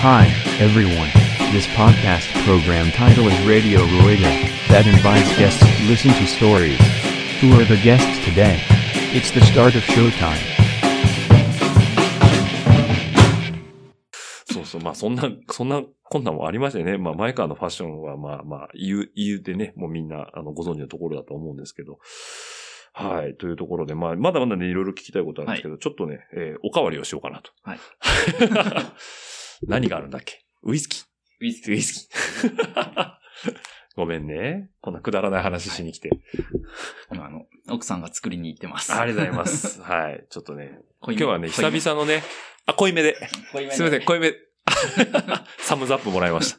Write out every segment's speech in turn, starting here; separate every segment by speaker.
Speaker 1: Hi, everyone. This podcast program title is Radio Rueda, that invites guests to listen to stories. Who are the guests today? It's the start of showtime.
Speaker 2: そうそう、まあそんな、そんな困難もありましてね。まあ前からのファッションはまあまあ言う、言うてね、もうみんなあのご存知のところだと思うんですけど。はい。というところで、まあ、まだまだね、いろいろ聞きたいことあるんですけど、ちょっとね、えーおかわりをしようかなと。
Speaker 3: はい。
Speaker 2: 何があるんだっけウイスキー。
Speaker 3: ウィスキ
Speaker 2: ウ
Speaker 3: ー。
Speaker 2: イスキー。 ごめんね。こんなくだらない話しに来て。
Speaker 3: 今あの、奥さんが作りに行ってます。
Speaker 2: ありがとうございま。す。 はい。ちょっとね、
Speaker 3: 今
Speaker 2: 今日はね、久々のね、あ、濃いめで。
Speaker 3: 々
Speaker 2: すみません、濃 いめ。サムズアップもらいました。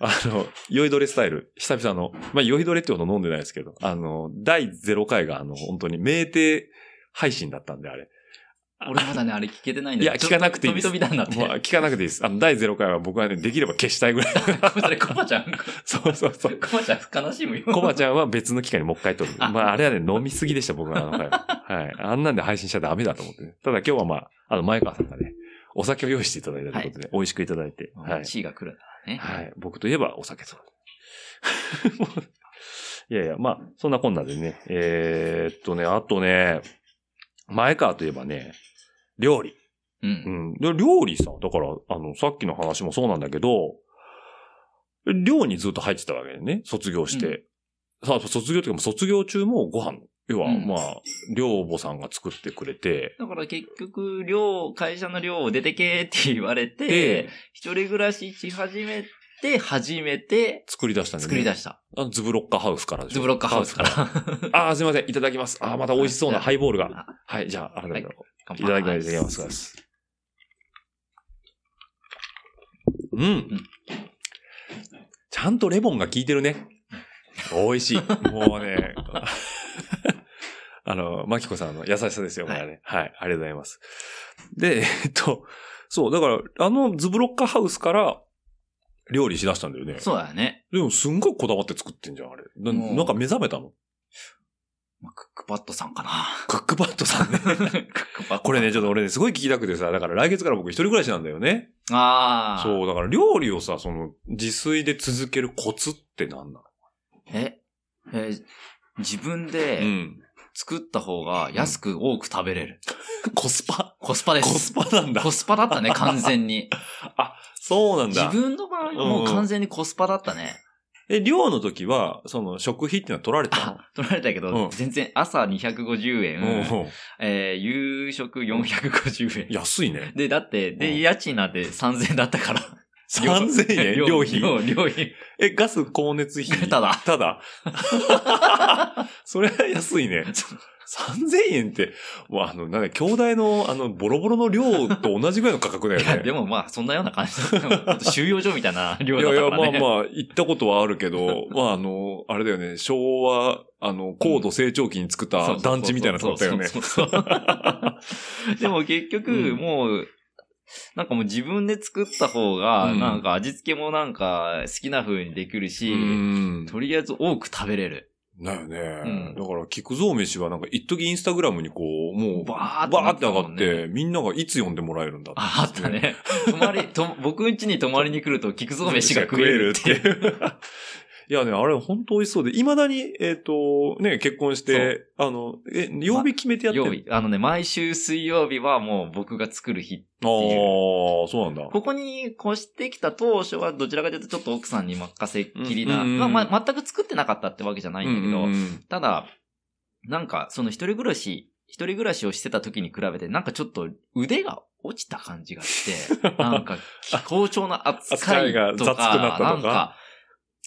Speaker 2: あの、酔いどれスタイル。久々の、まあ、酔いどれってほど飲んでないですけど、あの、第0回が、あの、本当に、名定配信だったんで、あれ。
Speaker 3: 俺まだね、あれ聞けてないんだ
Speaker 2: いや、聞かなくていい
Speaker 3: で。
Speaker 2: ですす。
Speaker 3: 飛び飛びだなって。
Speaker 2: もう聞かなくていいです。あの、第0回は僕はね、できれば消したい ぐらい。
Speaker 3: それ、コバちゃん。
Speaker 2: そうそうそう。
Speaker 3: コバちゃん、悲しむよ。
Speaker 2: コバちゃんは別の機会にもう一回撮る。
Speaker 3: あ
Speaker 2: まあ、あれはね、飲みすぎでした、僕はあの回は。はい。あんなんで配信しちゃダメだと思ってね。ただ今日はまあ、あの、前川さんがね、お酒を用意していただいたということで、美味しくいただいて。はい。
Speaker 3: 地位が来るんだね。
Speaker 2: はい。僕といえばお酒と。 もういやいや、まあ、そんなこんなでね。えーっとね、あとね、前川といえばね、料理。
Speaker 3: う。
Speaker 2: うんん。で料理さ、だから、あの、さっきの話もそうなんだけど、寮にずっと入ってたわけだよね。卒業して。さあ、卒業というか、もう卒業中もご飯。要は、
Speaker 3: うん
Speaker 2: まあ、寮母さんが作ってくれて、
Speaker 3: だから結局、寮、会社の寮を出てけって言われ
Speaker 2: で
Speaker 3: て、、一人暮らしし始めて、初めて、
Speaker 2: 作り出したんだよ
Speaker 3: 作
Speaker 2: ね。
Speaker 3: り出した。
Speaker 2: あのズブロッカーハウスからでしょ
Speaker 3: ズブロッカーハウスから。。
Speaker 2: ああ、すいません。いただきます。ああ、また美味しそうなハイボールが
Speaker 3: あ。
Speaker 2: はい、じゃあ、あれだろ
Speaker 3: 乾
Speaker 2: う。い
Speaker 3: 杯
Speaker 2: ただきます。いただきます。うん。ちゃんとレモンが効いてるね。美味しい。もうね。 あの、マキコさんの優しさですよ、これはね。はい、ありがとうございます。で、えっと、そう、だから、あのズブロッカーハウスから料理しだしたんだよね。
Speaker 3: そうだよね。
Speaker 2: でも、すんごいこだわって作ってんじゃん、あれ。な
Speaker 3: もう
Speaker 2: なんか目覚めたの
Speaker 3: まあクックパッドさんかな。
Speaker 2: クックパッドさんね。
Speaker 3: クックパッド。
Speaker 2: これね、ちょっと俺ね、すごい聞きたくてさ、だから来月から僕一人暮らしなんだよね。
Speaker 3: ああ。
Speaker 2: そう、だから料理をさ、その、自炊で続けるコツって何なの
Speaker 3: え、えー自分
Speaker 2: う
Speaker 3: で
Speaker 2: ん。
Speaker 3: 作った方が安く多く食べれる。
Speaker 2: コスパ。
Speaker 3: コスパで
Speaker 2: コ
Speaker 3: す。
Speaker 2: スパなんだ
Speaker 3: コ。スパだ ったね、完全に。
Speaker 2: そうなん
Speaker 3: 自
Speaker 2: だ。
Speaker 3: 分の場合、もう完全にコスパだったね。
Speaker 2: え、寮の時は、その、食費ってのは取られてた
Speaker 3: あ、取られたけど、
Speaker 2: うん
Speaker 3: 全然朝250円、
Speaker 2: のうんうん
Speaker 3: えー夕食450円。
Speaker 2: 安いね。
Speaker 3: で、だって、
Speaker 2: うん
Speaker 3: で、家賃なんて3000円だったから。
Speaker 2: 3000円、料費。
Speaker 3: 料料費。
Speaker 2: え、ガス光熱費。
Speaker 3: ただ
Speaker 2: ただ。 それは安いね。3000円って、もうあの、なんだ、兄弟の、あの、ボロボロの量と同じぐらいの価格だよ
Speaker 3: いや、
Speaker 2: ね。
Speaker 3: でもまあ、そんなような感 じだったよ。収容所みたいない量だ
Speaker 2: や
Speaker 3: っ
Speaker 2: いや、
Speaker 3: たか
Speaker 2: ま
Speaker 3: ら
Speaker 2: あ
Speaker 3: ね。
Speaker 2: まあ、行ったことはあるけど、 まああの、あれだよね、昭和、あの、高度成長期に作っ
Speaker 3: そ
Speaker 2: た
Speaker 3: うそうそうそう
Speaker 2: 団地みたいなとこだったよね。
Speaker 3: そうそ うそうでも結局、
Speaker 2: うん
Speaker 3: もう、なんかもう自分で作った方が、
Speaker 2: うん
Speaker 3: なんか味付けもなんか好きな風にできるし、
Speaker 2: うん。
Speaker 3: とりあえず多く食べれる。
Speaker 2: だよね。
Speaker 3: ん
Speaker 2: だから、菊蔵飯はなんか、一時インスタグラムにこう、もう、
Speaker 3: バーって
Speaker 2: バーって上がって、みんながいつ呼んでもらえるんだって
Speaker 3: あ、あった。ね。 泊まり、と僕ん家に泊まりに来ると、菊蔵飯が食えるっていう。
Speaker 2: いう。いやね、あれ本当美味しそうで、未だに、えっ、と、ね、結婚して、あの、え、曜日決めて やってる、
Speaker 3: 用意。あのね、毎週水曜日はもう僕が作る日。
Speaker 2: ああ、そうなんだ。
Speaker 3: ここに越してきた当初はどちらかというとちょっと奥さんに任せっきり
Speaker 2: う
Speaker 3: な。
Speaker 2: んうん
Speaker 3: まあ、まあ、全く作ってなかったってわけじゃないんだけど、
Speaker 2: うんうんうん
Speaker 3: ただ、なんか、その一人暮らし、一人暮らしをしてた時に比べて、なんかちょっと腕が落ちた感じ がして、なんか、好調な扱いと
Speaker 2: 扱いが雑くなった
Speaker 3: か、
Speaker 2: とか
Speaker 3: なんか、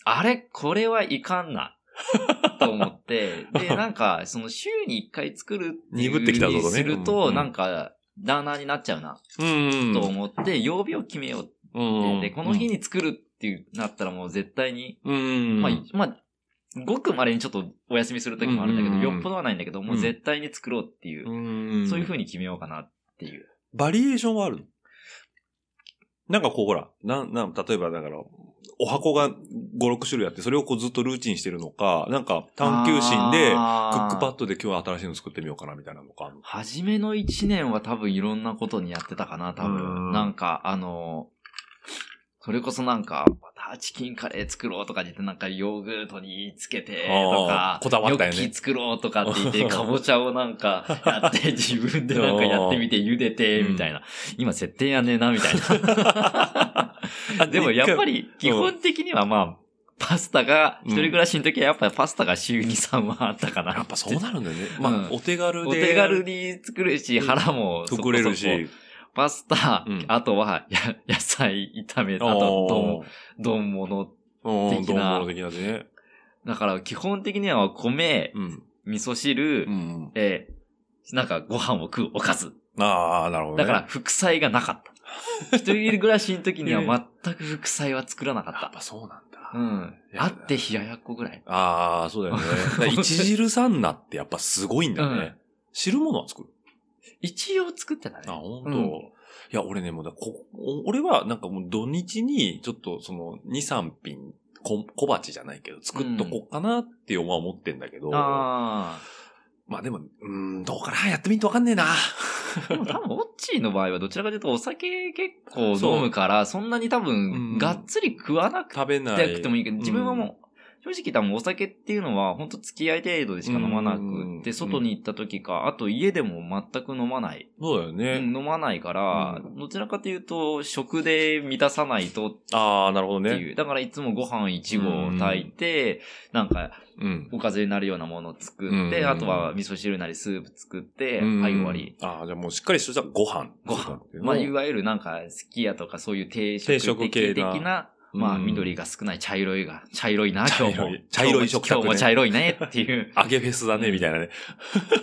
Speaker 3: あれこれはいかんな。と思 って、で、なんか、その週に一回作るっていう
Speaker 2: 鈍ってきたぞとね
Speaker 3: 風にする
Speaker 2: うんう
Speaker 3: と、
Speaker 2: ん
Speaker 3: なんか、ダーナーになっちゃうな、
Speaker 2: うん
Speaker 3: と思って、曜日を決めようって
Speaker 2: うん
Speaker 3: で、この日に作るっていうなったらもう絶対に
Speaker 2: うん。
Speaker 3: まあ、まあ、ごくまれにちょっとお休みする時もあるんだけど、
Speaker 2: うんうんうん
Speaker 3: よっぽどはないんだけど、もう絶対に作ろうっていう、
Speaker 2: うん
Speaker 3: そういう風
Speaker 2: に。
Speaker 3: に決めようかなっていう。
Speaker 2: バリエーションはあるのなんかこうほら、なん、なん、例えばだから、お箱が5、6種類あって、それをこうずっとルーチンしてるのか、なんか探求心で、ク
Speaker 3: あー
Speaker 2: ックパッドで今日は新しいの作ってみようかなみたいなのかあるの。
Speaker 3: 初めの一年は多分いろんなことにやってたかな、多
Speaker 2: う
Speaker 3: 分。
Speaker 2: ん
Speaker 3: なんか、あの、それこそなんか、バターチキンカレー作ろうとか言って、なんかヨーグルトにつけてと
Speaker 2: あ
Speaker 3: か、
Speaker 2: ーこだわったよね
Speaker 3: ニョッキ作ろうとかって言 って、かぼちゃをなんかやって、自分でなんかやってみて茹でて、みたいな。今設定やねえな、みたいな。
Speaker 2: あ
Speaker 3: でもやっぱ
Speaker 2: り、
Speaker 3: り基本的にはまあ、パスタが、
Speaker 2: うん
Speaker 3: 一人暮らしの時はやっぱりパスタが週に3はあったかな。
Speaker 2: やっぱそうなるんだよね。まあ、
Speaker 3: うん
Speaker 2: お手軽で。
Speaker 3: お手軽に作るし、
Speaker 2: うん
Speaker 3: 腹もそこそこ
Speaker 2: 作れるし。
Speaker 3: パスタ、
Speaker 2: うん
Speaker 3: あとはや野菜炒め、あと丼、丼物。
Speaker 2: おー、うん、
Speaker 3: 的
Speaker 2: 丼
Speaker 3: な
Speaker 2: 物的なでね。
Speaker 3: だから基本的には米、
Speaker 2: うん。
Speaker 3: 味噌汁、
Speaker 2: うん。
Speaker 3: えーなんかご飯を食うおかず。
Speaker 2: ああ、なるほど、ね。
Speaker 3: だから、副菜がなかった。一人暮らしの時に
Speaker 2: ええ
Speaker 3: は全く副菜は作らなかっ。
Speaker 2: やったぱそうなんだ。
Speaker 3: うん。あって冷ややっこぐらい。
Speaker 2: ああ、そうだ よね。だから一汁三菜ってやっぱすごいんだよね。
Speaker 3: うん
Speaker 2: 汁物は作る。
Speaker 3: 一応作ってたね。
Speaker 2: あ、本当、
Speaker 3: うん
Speaker 2: いや、俺ね、もうだこ、お俺はなんかもう土日に、ちょっとその、2、3品、こ小鉢じゃないけど、作っとこうかなって思は思ってんだけど、
Speaker 3: ああ。
Speaker 2: まあでも、うーん、どうかなやってみんとわかんねえな。
Speaker 3: でも多分、オッチーの場合はどちらかというとお酒結
Speaker 2: そう
Speaker 3: 構飲むから、そんなに多
Speaker 2: うん
Speaker 3: 分、がっつり 食わなく
Speaker 2: 食べな
Speaker 3: て
Speaker 2: い。
Speaker 3: くてもいいけど、自分は
Speaker 2: うん
Speaker 3: もう、正直多分お酒っていうのは、本当付き合い程度でしか飲まな
Speaker 2: う
Speaker 3: くっ
Speaker 2: ん
Speaker 3: て、外に行った時か、あと家でも全く飲まない。
Speaker 2: そうだよね。
Speaker 3: うん飲まないから
Speaker 2: う、
Speaker 3: どちらかというと、食で満たさないとっ
Speaker 2: ああ、なるほど
Speaker 3: て
Speaker 2: ね。
Speaker 3: いう。だからいつもご飯1合炊いて、なんか、
Speaker 2: うん。
Speaker 3: おかずになるようなものを作っ
Speaker 2: う
Speaker 3: て、
Speaker 2: ん
Speaker 3: あとは味噌汁なりスープ作って、
Speaker 2: うん
Speaker 3: はい終わり。。
Speaker 2: ああ、じゃあもうしっかりとしたご飯。
Speaker 3: ご飯。まあ、いわゆるなんか、すき家とかそういう定食
Speaker 2: 定食系
Speaker 3: 的
Speaker 2: な
Speaker 3: な、まあ、
Speaker 2: うん
Speaker 3: 緑が少ない茶色いが、茶色いな、
Speaker 2: 茶
Speaker 3: 今
Speaker 2: 色い
Speaker 3: 日も。
Speaker 2: 茶色い食卓ね
Speaker 3: 今日も茶色いねって いう。
Speaker 2: 揚げフェスだね、
Speaker 3: うん
Speaker 2: みたいなね。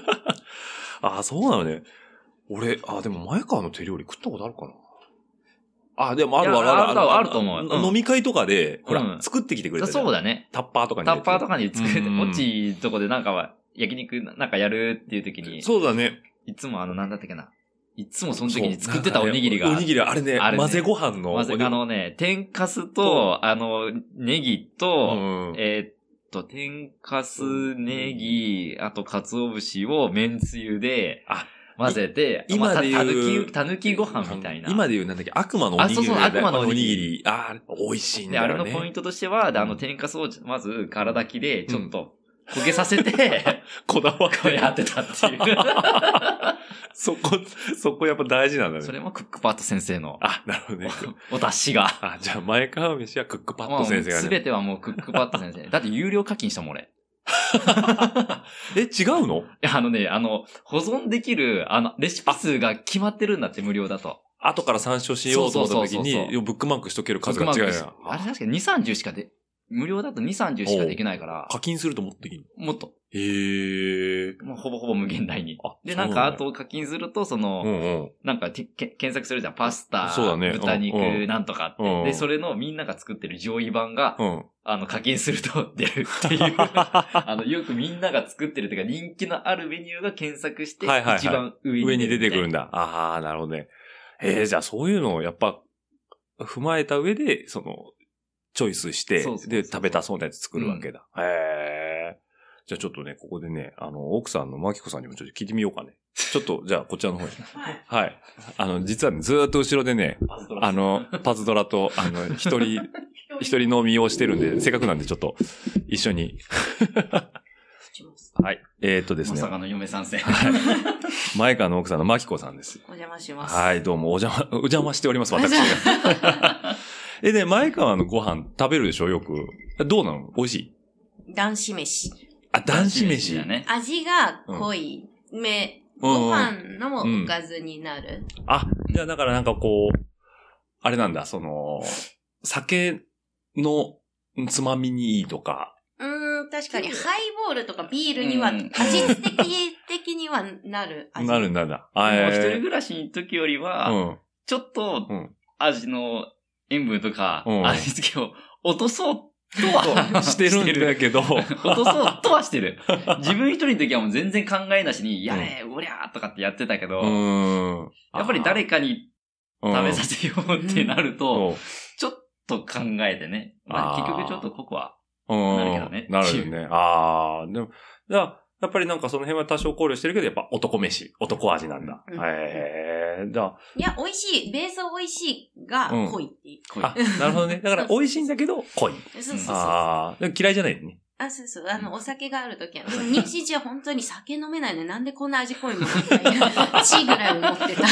Speaker 2: ああ、そうなのね。俺、ああ、でも前川の手料理食ったことあるかな。ああ、でもある
Speaker 3: いや
Speaker 2: あるあ
Speaker 3: あ
Speaker 2: る
Speaker 3: るあると思ううん
Speaker 2: 飲み会とかで、ほら
Speaker 3: う、ん
Speaker 2: 作ってきてくれたじゃん
Speaker 3: そうだね。
Speaker 2: タッパーとかに
Speaker 3: タ
Speaker 2: 入
Speaker 3: ッ
Speaker 2: れて。
Speaker 3: パーとかに作って、
Speaker 2: う
Speaker 3: こ
Speaker 2: ん
Speaker 3: っちとこでなんかは、焼肉なんかやるっていう時に、
Speaker 2: そうだね。
Speaker 3: いつもあの、なんだったっけな。いつもその時に作ってたおにぎり
Speaker 2: そう
Speaker 3: が
Speaker 2: お、にぎり、あれね、
Speaker 3: あれね
Speaker 2: 混ぜご飯の。
Speaker 3: まず、
Speaker 2: おにぎり
Speaker 3: あのね、天かすと、あの、ネギと、
Speaker 2: うん
Speaker 3: えーっと、天かす、ネギ、あと、かつお節を麺つゆで
Speaker 2: あ、
Speaker 3: 混ぜて、
Speaker 2: い今で言う
Speaker 3: たたぬき、たぬきご飯みたいな。
Speaker 2: 今で言う、なんだっけ、悪魔のおにぎり。
Speaker 3: あそうそう悪魔のおにぎ
Speaker 2: り。ああ、美味しいんだ
Speaker 3: で、
Speaker 2: よ
Speaker 3: あ
Speaker 2: ね。
Speaker 3: れのポイントとしては、であの、天かすを、まず、殻炊きで、ちょっと、焦げさせて、
Speaker 2: こだわっ
Speaker 3: これ
Speaker 2: て。
Speaker 3: やってたっていう。
Speaker 2: そこ、そこやっぱ大事なんだ
Speaker 3: そ
Speaker 2: ね。
Speaker 3: れもクックパッド先生の
Speaker 2: あ、なるほどね。
Speaker 3: おお達しが。
Speaker 2: あ、じゃあ前川飯はクックパッド先生が
Speaker 3: す
Speaker 2: ね。
Speaker 3: べてはもうクックパッド先生。だって有料課金したもん、俺。
Speaker 2: え、違うの
Speaker 3: いやあのね、あの、保存できる、あの、レシピ数が決まってるんだって、無料だと。
Speaker 2: 後から参照しようと思った時
Speaker 3: そうそうそうそう
Speaker 2: に、ブックマークしとける数が
Speaker 3: ブックマ
Speaker 2: 違
Speaker 3: ー
Speaker 2: う
Speaker 3: ク
Speaker 2: や
Speaker 3: し
Speaker 2: ん。
Speaker 3: あれ確かに2、30しかで、無料だと2、30しかできないから、
Speaker 2: 課金するともっとできる
Speaker 3: もっと、
Speaker 2: へえ。
Speaker 3: もうほぼほぼ無限大に。
Speaker 2: あ、
Speaker 3: で、なんか、あ
Speaker 2: そう
Speaker 3: と課金すると、そ
Speaker 2: だね、
Speaker 3: の、
Speaker 2: うんうん。
Speaker 3: なんかてけ検索するじゃん。パスタ、
Speaker 2: そうだねうん
Speaker 3: 豚
Speaker 2: うん
Speaker 3: 肉、なんとか
Speaker 2: うんう
Speaker 3: っ
Speaker 2: ん
Speaker 3: て。で、それのみんなが作ってる上位版が、
Speaker 2: うん。
Speaker 3: あの、課金すると出るって いう。あの、よくみんなが作ってるというか、人気のあるメニューが検索して、
Speaker 2: はいはいはい
Speaker 3: 一番上に
Speaker 2: 上に出てくる
Speaker 3: み
Speaker 2: んだ。ああ、なるほどね。えー、じゃあそういうのをやっぱ、踏まえた上で、その、チョイスして
Speaker 3: そうそうそ、う
Speaker 2: で、食べたそうなやつ作るわけだ。へえ。じゃあちょっとね、ここでね、あの、奥さんのマキコさんにもちょっと聞いてみようかね。ちょっと、じゃあこちらの方 に。はい。あの、実はね、ずーっと後ろでね、
Speaker 3: たいな。パズドラ
Speaker 2: あの、パズドラと、あの、一 人、一人飲みをしてるんで、せっかくなんでちょっと、一緒に。はい。えーっとです
Speaker 3: ま
Speaker 2: ね
Speaker 3: さ、かの嫁 参戦。
Speaker 2: 前川の奥さんのマキコさんです。
Speaker 4: お邪魔します。
Speaker 2: はい、どうも、お邪魔、お邪魔しております、私が。え、で、前川のご飯食べるでしょ、よく。どうなの美味しい
Speaker 4: 男子飯。
Speaker 2: あ、男子飯。
Speaker 3: だね。
Speaker 4: 味が濃いめ、
Speaker 2: うんうん
Speaker 4: ご飯のおかずになる。
Speaker 2: あ、じゃあだからなんかこう、あれなんだ、その、酒のつまみにいいとか。
Speaker 4: うーん、確かにハイボールとかビールには、
Speaker 3: うん
Speaker 4: 味的的にはなる味。
Speaker 2: なるんだな。あ
Speaker 3: もう一人
Speaker 2: え
Speaker 3: 暮らしの時よりは、
Speaker 2: ーうん。
Speaker 3: ちょっと
Speaker 2: うん
Speaker 3: 味の塩分とか、
Speaker 2: うん
Speaker 3: 味付けを落とそうと は
Speaker 2: してるんだけど。
Speaker 3: 落とそうとはしてる。自分一人の時はもう全然考えなしに、やれ、おりゃーとかってやってたけど、
Speaker 2: うん。
Speaker 3: やっぱり誰かに
Speaker 2: 食
Speaker 3: 食べさせようってなると、
Speaker 2: と。
Speaker 3: ちょっと考えてね。まあ、
Speaker 2: あー
Speaker 3: 結局ちょっとここは、
Speaker 2: うん。
Speaker 3: なるけどね
Speaker 2: なるよね。ああ、でも、じゃあやっぱりなんかその辺は多少考慮してるけど、やっぱ男飯、男味なんだ。
Speaker 4: うん
Speaker 2: へえ、じゃあ、
Speaker 4: いや、美味しい。ベース美味しいが
Speaker 2: うん
Speaker 4: 濃いっていう。
Speaker 3: 濃い
Speaker 2: あ、なるほどね。だから、美味しいんだけど、濃い。
Speaker 4: そうそうそう。あ
Speaker 2: ああ、でも嫌いじゃないよね。
Speaker 4: そうそう。あの、お酒があるときは。でも、妊娠中は本当に酒飲めないのになんでこんな味濃いものみたいな。血ぐらい思ってた。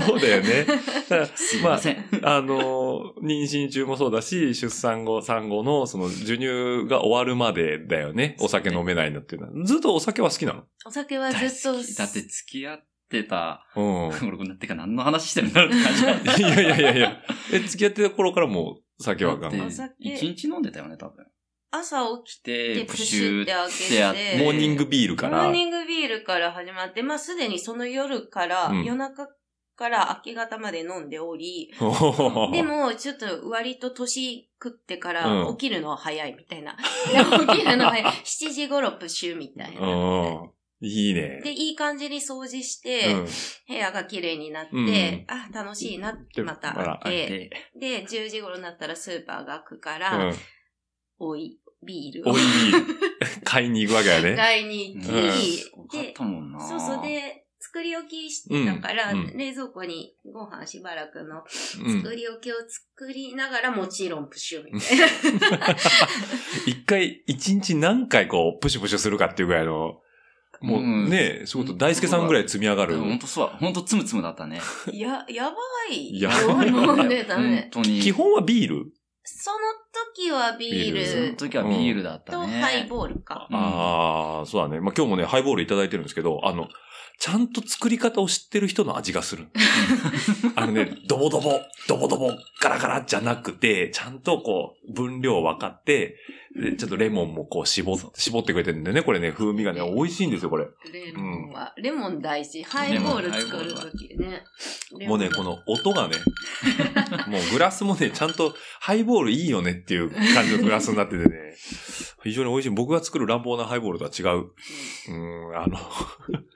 Speaker 2: そうだよね。だから
Speaker 3: すい
Speaker 2: ま
Speaker 3: ま
Speaker 2: あ、
Speaker 3: せん。
Speaker 2: あのー、妊娠中もそうだし、出産後、産後の、その、授乳が終わるまでだよね。お酒飲めないのっていうのは。ずっとお酒は好きな
Speaker 4: お酒はずっと
Speaker 3: 大好きだって付き合ってた、
Speaker 2: のうん。
Speaker 3: 俺これなんてか何の話してるんだろうって感じだよね
Speaker 2: いやいやいやいや。え、付き合ってた頃からもう、酒はガンガ
Speaker 3: だ
Speaker 2: ン
Speaker 3: っ。て一日飲んでたよね、多分。
Speaker 4: 朝起き
Speaker 3: で、
Speaker 4: で
Speaker 3: プシューって
Speaker 4: プシュって
Speaker 3: や
Speaker 4: 開
Speaker 3: っ
Speaker 4: け
Speaker 3: て
Speaker 4: て。
Speaker 2: モーニングビールか
Speaker 4: モ
Speaker 2: ら。
Speaker 4: ーニングビールから始まって、まあすでにその夜から、
Speaker 2: うん
Speaker 4: 夜中から明け方まで飲んでおり、
Speaker 2: おー
Speaker 4: でも、ちょっと割と年食ってか
Speaker 2: う
Speaker 4: ら
Speaker 2: ん
Speaker 4: 起きるのは早いみたいな。 で起きるのは早い。7時頃プッシュみたいな。
Speaker 2: うん。いいね。
Speaker 4: で、いい感じに掃除して、
Speaker 2: うん
Speaker 4: 部屋が綺麗になって、
Speaker 2: うん
Speaker 4: あ、楽しいなって
Speaker 2: で
Speaker 4: また
Speaker 2: また
Speaker 4: 開け、
Speaker 3: で、
Speaker 4: で、10時頃になったらスーパーが開くか
Speaker 2: う
Speaker 4: ら、
Speaker 2: ん。
Speaker 4: おい、ビールを
Speaker 2: おいビール。買いに行くわけだね。
Speaker 4: 買いに行き、
Speaker 2: うん
Speaker 3: すごかっ
Speaker 4: で、
Speaker 3: たもんな。
Speaker 4: そうそう。で、作り置きしてたから、
Speaker 2: うんうん
Speaker 4: 冷蔵庫にご飯しばらくの
Speaker 2: うん
Speaker 4: 作り置きを作りながら、もちろんプシュみたいな。
Speaker 2: 一回、一日何回こう、プシュプシュするかっていうぐらいの、も
Speaker 3: うん
Speaker 2: うね、仕事大輔さんぐらい積み上が
Speaker 3: で
Speaker 2: る
Speaker 3: も。ほんとそう、ほんとつむつむだったね。
Speaker 4: や、やばい。
Speaker 2: や
Speaker 3: ばいよね
Speaker 4: 飲んでた
Speaker 3: 本
Speaker 4: ね。
Speaker 3: 当に。
Speaker 2: 基本はビール
Speaker 4: その時はビー
Speaker 2: ビ
Speaker 3: そ
Speaker 2: ー
Speaker 3: の
Speaker 4: ル
Speaker 3: 時はビールだった
Speaker 4: と
Speaker 3: ね。
Speaker 4: ハイボールか。
Speaker 3: うん
Speaker 2: ああ、そうだね。まあ今日もね、ハイボールいただいてるんですけど、あの、ちゃんと作り方を知ってる人の味がす る。あのね、ドボドボ、ドボドボ、ガラガラじゃなくて、ちゃんとこう、分量分かって、で、ちょっとレモンもこう絞っ、絞ってくれてるんでね、これね、風味がね、美味しいんですよ、これ。
Speaker 4: レモンは、レモン大事。ハイボール作る時ね。
Speaker 2: もうね、こ
Speaker 4: の。
Speaker 2: の音がね、もうグラスもね、ちゃんとハイボールいいよねっていう感じのグラスになっててね、非常に美味しい。僕が作る乱暴なハイボールとは違う。うーん、あの、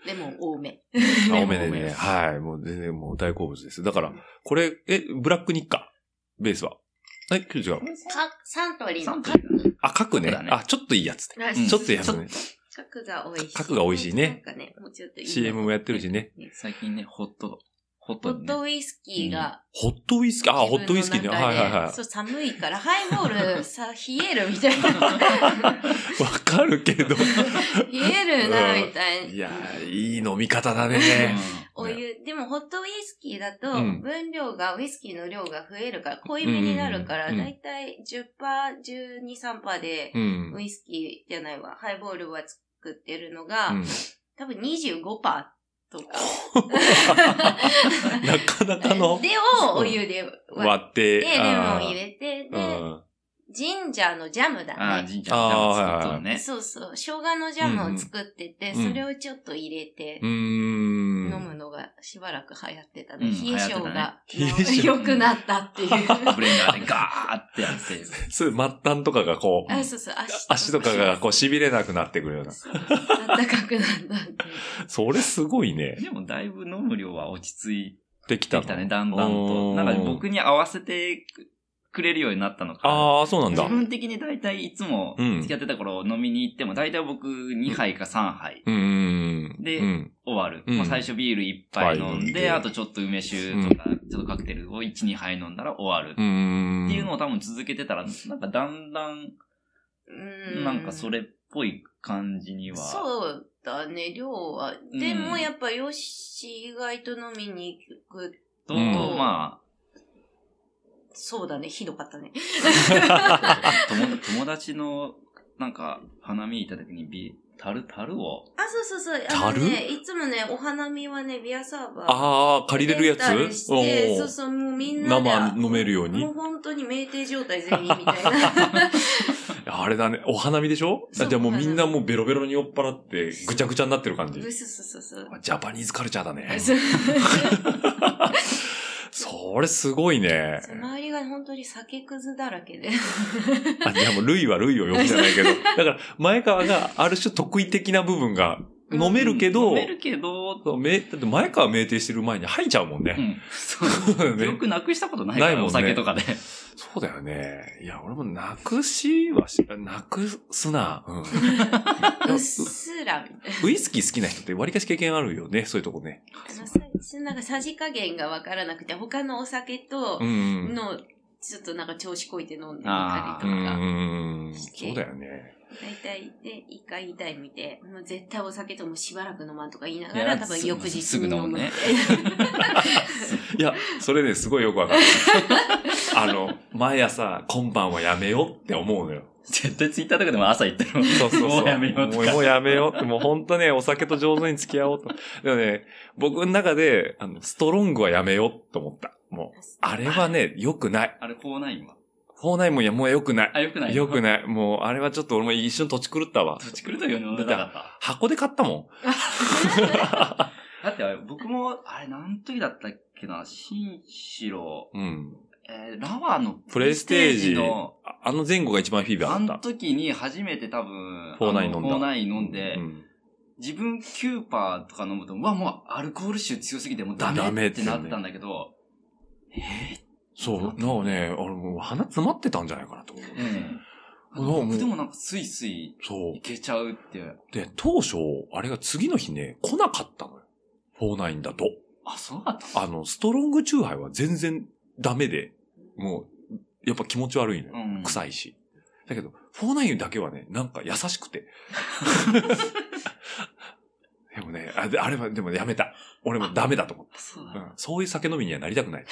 Speaker 4: レモン多め。
Speaker 2: 青めで
Speaker 3: 多め
Speaker 2: ね、
Speaker 3: です
Speaker 2: はい、もう全然もう大好物です。だから、これ、え、ブラックニッカベースは。え、違う。
Speaker 4: かサントリー
Speaker 3: サ
Speaker 4: の
Speaker 3: ント
Speaker 4: カ
Speaker 3: リーだね
Speaker 2: あ、角
Speaker 3: そう
Speaker 2: ね
Speaker 3: だ。ね
Speaker 2: あ、ちょっといいやつね。
Speaker 4: ッ
Speaker 3: うん
Speaker 2: ちょっといいやつ
Speaker 4: ちょっ
Speaker 2: ね。
Speaker 4: 角が美味しい。
Speaker 2: 角が美味しいね
Speaker 4: なんかね、もうちょっといい
Speaker 2: CM もやってるしね。
Speaker 3: 最近ね、ホット、ホッ
Speaker 4: ホ
Speaker 3: ト
Speaker 4: ッ
Speaker 3: にね。
Speaker 4: トウイスキーが。
Speaker 2: ホットウイスキー、あ、ホットウイスキーね。
Speaker 4: 自
Speaker 2: は
Speaker 4: 分
Speaker 2: い
Speaker 4: の
Speaker 2: は
Speaker 4: 中
Speaker 2: い
Speaker 4: で
Speaker 2: は
Speaker 4: そう、寒いから、ハイボー ル、さ、冷えるみたいな。
Speaker 2: い。わかるけど。
Speaker 4: 冷えるな、みたい
Speaker 2: い
Speaker 4: な
Speaker 2: や。ー、いい飲み方だね。
Speaker 4: お湯、でもホットウイスキーだと
Speaker 2: う、ん
Speaker 4: 分量が、ウイスキーの量が増えるから、濃いめになるから、
Speaker 2: うん
Speaker 4: だいたい10%、12、3%で
Speaker 2: う、ん。
Speaker 4: ウイスキーじゃないわ、ハイボールは作ってるの
Speaker 2: う
Speaker 4: が
Speaker 2: ん、
Speaker 4: 多分25%とか。
Speaker 2: なかなか
Speaker 4: で
Speaker 2: の
Speaker 4: をお湯で割
Speaker 2: 割って。
Speaker 4: って、レモン
Speaker 2: あー
Speaker 4: 入れて、
Speaker 2: う
Speaker 4: で、
Speaker 2: ん。
Speaker 4: ジンジャーのジャム
Speaker 3: あ
Speaker 4: だ
Speaker 3: あ、
Speaker 4: ね。
Speaker 3: 神社のジャム作ったのね。
Speaker 4: そうそう。生姜のジャムを作ってて、
Speaker 2: うんうん
Speaker 4: それをちょっと入れて
Speaker 2: う、
Speaker 4: 飲
Speaker 2: ん。
Speaker 4: むのがしばらく流行ってたね。
Speaker 3: うん
Speaker 4: 冷え性が
Speaker 2: 流行ってたね冷え性
Speaker 4: 良くなったっていう。
Speaker 3: ブレンダーでガーってやって。
Speaker 2: そういう末端とかがこう、
Speaker 4: あ、そうそう、足
Speaker 2: 足とかがこう痺れなくなってくるような。
Speaker 4: そう暖かくなったっていう。
Speaker 2: それすごいね。
Speaker 3: でもだいぶ飲む量は落ち着い
Speaker 2: でき
Speaker 3: て
Speaker 2: たの
Speaker 3: きたね、だんだんと。なんか僕に合わせてくれるようになったのか。
Speaker 2: ああ、そうなんだ
Speaker 3: 自。分的に大体いつも
Speaker 2: うん
Speaker 3: 付き合ってた頃飲みに行っても大体僕2杯か3杯
Speaker 2: うんうんうん。
Speaker 3: で
Speaker 2: うん
Speaker 3: 終わる。
Speaker 2: うん
Speaker 3: まあ最初ビール1杯飲ん
Speaker 2: いっぱい飲んで
Speaker 3: で、あとちょっと梅酒とか、ちょっとカクテルを1、2杯飲んだら終わる。
Speaker 2: うんうん。
Speaker 3: っていうのを多分続けてたら、なんかだんだん、
Speaker 4: うん。
Speaker 3: なんかそれっぽい感じには。
Speaker 4: そうだね、量は。
Speaker 3: うん
Speaker 4: でもやっぱヨッシー意外と飲みに行く。
Speaker 3: と、
Speaker 2: うん
Speaker 3: ま
Speaker 4: そうだね、ひどかったね。
Speaker 3: あ、友友達の、なんか、花見行った時にビ、樽、樽を、
Speaker 4: あ、そうそうそう。あのね、
Speaker 2: 樽
Speaker 4: いつもね、お花見はね、ビアサーバー。
Speaker 2: ああ、借りれるや
Speaker 4: レンタルし
Speaker 2: つ
Speaker 4: て
Speaker 2: おー
Speaker 4: そうそう、もうみんなで。
Speaker 2: 生飲めるように
Speaker 4: もう本当に酩酊状態全員みたい な。
Speaker 2: あれだね。お花見でしょ
Speaker 4: そう
Speaker 2: じゃあもうみんなもうベロベロに酔っ払ってぐちゃぐちゃになってる感じ。
Speaker 4: そうそうそうそう。
Speaker 2: ジャパニーズカルチャーだね。
Speaker 4: そう
Speaker 2: それすごいね。
Speaker 4: 周りが本当に酒くずだらけで。
Speaker 2: あ、じゃあもう類は類を呼ぶじゃないけど。だから前川がある種得意的な部分が
Speaker 4: うん
Speaker 2: 飲めるけど
Speaker 3: 飲、めるけど、
Speaker 2: そうめだって前川酩酊してる前に吐いちゃうもんね。
Speaker 3: うん。
Speaker 2: そうだね
Speaker 3: 記憶なくしたことないから、
Speaker 2: ないもんね
Speaker 3: お酒とかで。
Speaker 2: そうだよね。いや、俺もなくしはし、なくすな。うん
Speaker 4: うっすら、みたい
Speaker 2: ウイスキー好きな人って割りかし経験あるよね、そういうとこね。
Speaker 4: な。あの、さなんかさじ加減がわからなくて、他のお酒と
Speaker 2: うん、うん。
Speaker 4: の、ちょっとなんか調子こいて飲んでみたり
Speaker 2: う
Speaker 4: と
Speaker 2: ん
Speaker 4: か。
Speaker 2: うんうん。そうだよね。
Speaker 4: 大体で、一回痛い見て、もう絶対お酒ともしばらく飲まんとか言いないが
Speaker 3: や
Speaker 4: ら、多分翌日
Speaker 3: すぐ飲むね。
Speaker 2: いや、それね、すごいよくわかる。 あの、毎朝、今晩はやめようって思うのよ。
Speaker 3: 絶対ツイッターとかでも朝言ってるもん。
Speaker 2: そうそうそう。
Speaker 3: もうやめようと
Speaker 2: も
Speaker 3: か
Speaker 2: うもうやめようって、もう本当ね、お酒と上手に付き合おうと。でもね、僕の中で、あの、ストロングはやめようと思った。もう、あれはね、良くない。
Speaker 3: あれ、こうないんは。
Speaker 2: 法内もんや、もう良くない。
Speaker 3: あ、よくない
Speaker 2: 良く
Speaker 3: い。
Speaker 2: ない。もう、あれはちょっと俺も一瞬土地狂ったわ。
Speaker 3: 土地狂ったように飲んでなかった。
Speaker 2: 箱で買ったも
Speaker 3: だってあれ、僕も、あれ、何時だったっけな、新城、
Speaker 2: ん。うん。
Speaker 3: えー、ラワーの
Speaker 2: プレイステージ
Speaker 3: の、
Speaker 2: ああの前後が一番フィーバ
Speaker 3: あ
Speaker 2: ーだ
Speaker 3: の
Speaker 2: った。
Speaker 3: 時に初めて多分、
Speaker 2: フォーナイン飲んだ
Speaker 3: あのフォーナイン飲んで、
Speaker 2: うん
Speaker 3: 自分9%パーとか飲むと、うわ、もうアルコール臭強すぎてもうダ
Speaker 2: ダメ
Speaker 3: メ
Speaker 2: っ
Speaker 3: ってて
Speaker 2: ね
Speaker 3: なったんだけど、
Speaker 2: そう、なんかね、あれもう鼻詰まってたんじゃないかなと思う。
Speaker 3: うん。あ
Speaker 2: もう
Speaker 3: の僕でもなんかスイスイ
Speaker 2: そう
Speaker 3: い。けちゃうっていう。
Speaker 2: で、当初、あれが次の日ね、来なかったのよ。フォーナインだと。
Speaker 3: あ、そうだった
Speaker 2: あの、ストロングチューハイは全然ダメで、もう、やっぱ気持ち悪いのよ。
Speaker 3: うん
Speaker 2: 臭いし。だけど、フォーナインだけはね、なんか優しくて。 でもね、あであれは、でもやめた。俺もダメだと思った。
Speaker 3: あそうだ
Speaker 2: う
Speaker 3: った。
Speaker 2: ん、そういう酒飲みにはなりたくない。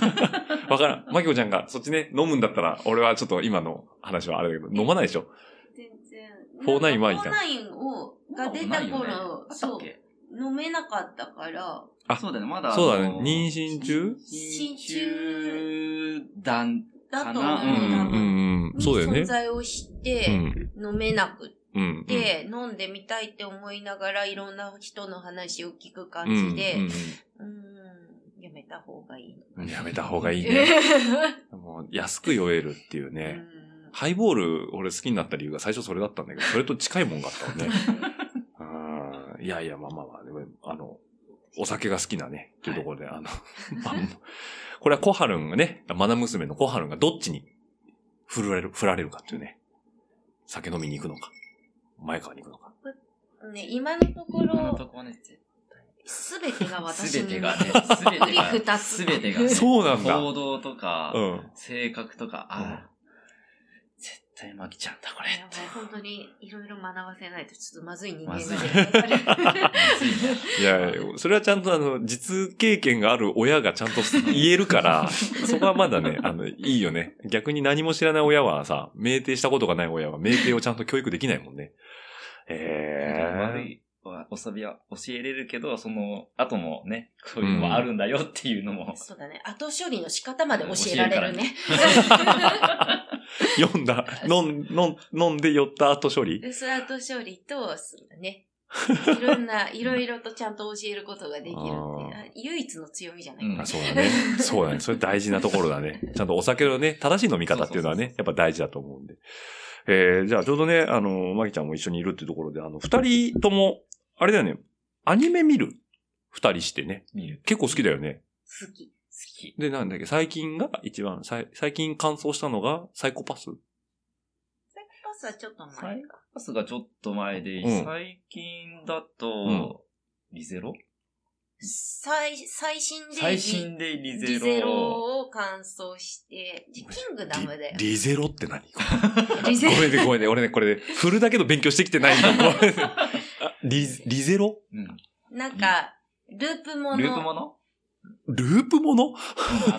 Speaker 2: わからん。マキコちゃんがそっちね、飲むんだったら、俺はちょっと今の話はあれだけど、飲まないでしょ。
Speaker 4: 全然。
Speaker 2: フォーナインはいい
Speaker 4: フ
Speaker 2: か
Speaker 4: ォーナインを、が出た頃、
Speaker 3: そ
Speaker 4: そうう、飲めなかったから、
Speaker 2: あ
Speaker 3: そうだね、まだ。
Speaker 2: そうだね。
Speaker 3: あの
Speaker 2: 妊娠中
Speaker 3: 妊娠中断。
Speaker 4: だと
Speaker 3: かな
Speaker 2: うん
Speaker 4: 思
Speaker 2: う
Speaker 4: う、多分。
Speaker 2: んうん。そうだよ
Speaker 4: 存
Speaker 2: ね。
Speaker 4: 在を知って、
Speaker 2: うん。
Speaker 4: 飲めなくっ
Speaker 2: うんうん。
Speaker 4: て、飲んでみたいって思いながら、いろんな人の話を聞く
Speaker 2: うん
Speaker 4: 感じで、
Speaker 2: うん
Speaker 4: うーんやめた方がいい。
Speaker 2: うんやめた方がいい ね。
Speaker 4: う
Speaker 2: もう安く酔えるっていうね。
Speaker 4: ん
Speaker 2: ハイボール、俺好きになった理由が最初それだったんだけど、それと近いもんがあったのね。うんいやいや、まあまあまあ、でも、あの、お酒が好きなね、っていうところで、あの、 まあこれは小春がね、マナ娘の小春がどっちに振られる、振られるかっていうね。酒飲みに行くのか、前川に行くのか。
Speaker 4: ね、今のとこ
Speaker 3: 今の
Speaker 4: ろ、
Speaker 3: とこね、
Speaker 4: すべてが私
Speaker 3: すべ
Speaker 4: に
Speaker 3: て
Speaker 4: 向
Speaker 3: が
Speaker 4: か
Speaker 3: ね、すべて
Speaker 4: 瓜二
Speaker 3: が、
Speaker 4: つ
Speaker 3: すべてがね、
Speaker 2: そうなんだ
Speaker 3: 行動とか、
Speaker 2: うん。
Speaker 3: 性格とか、
Speaker 2: うん
Speaker 3: あ、絶対マキちゃんだ、これ。
Speaker 4: やばい本当にいろいろ学ばせないとちょっとまずい人間
Speaker 3: ま ずい
Speaker 4: がね
Speaker 2: いやいや、それはちゃんとあの、実経験がある親がちゃんと言える から、そこはまだね、あの、いいよね。逆に何も知らない親はさ、命定したことがない親は命定をちゃんと教育できないもんね。
Speaker 3: 悪
Speaker 2: え
Speaker 3: いは、おさびは教えれるけど、その後もね、そういうのもあるんだよっていうのも、
Speaker 4: そうだね。後処理の仕方まで教えられるね。
Speaker 2: え 読んだ、飲ん、飲ん、飲んで酔った後処理
Speaker 4: で、その後処理と、そうだね。いろんな、いろいろとちゃんと教えることができるっていうあ唯一の強みじゃないかな。
Speaker 2: あそうだね。そうだね。それ大事なところだね。ちゃんとお酒のね、正しい飲み方っていうのはね、やっぱ大事だと思うんで。えー、じゃあちょうどね、あの、まきちゃんも一緒にいるっていうところで、あの、二人とも、あれだよね、アニメ見る二人してね。
Speaker 3: 見る。
Speaker 2: 結構好きだよね。
Speaker 4: 好き。
Speaker 3: 好き。
Speaker 2: で、なんだっけ、最近が一番、さい最近完走したのが、サイコパス
Speaker 4: サイコパスはちょっと
Speaker 3: サイ
Speaker 4: 前か。
Speaker 3: パスがちょっと前で、
Speaker 2: うん
Speaker 3: 最近だ
Speaker 2: ん
Speaker 3: と、リゼロ
Speaker 4: 最、最新で、
Speaker 3: 最新でリゼ
Speaker 4: リ
Speaker 3: ロ。
Speaker 4: ゼロを完走して、キングダムだよ。
Speaker 2: リリゼロって何
Speaker 4: リゼ
Speaker 2: ごめんね、ごめんね。俺ね、これね、振るだけの勉強してきてないんだ。ごめんねあリ、リゼロ
Speaker 3: うん
Speaker 4: なんか、ループも
Speaker 3: ループ
Speaker 4: の
Speaker 3: もの
Speaker 2: ループもの
Speaker 3: あ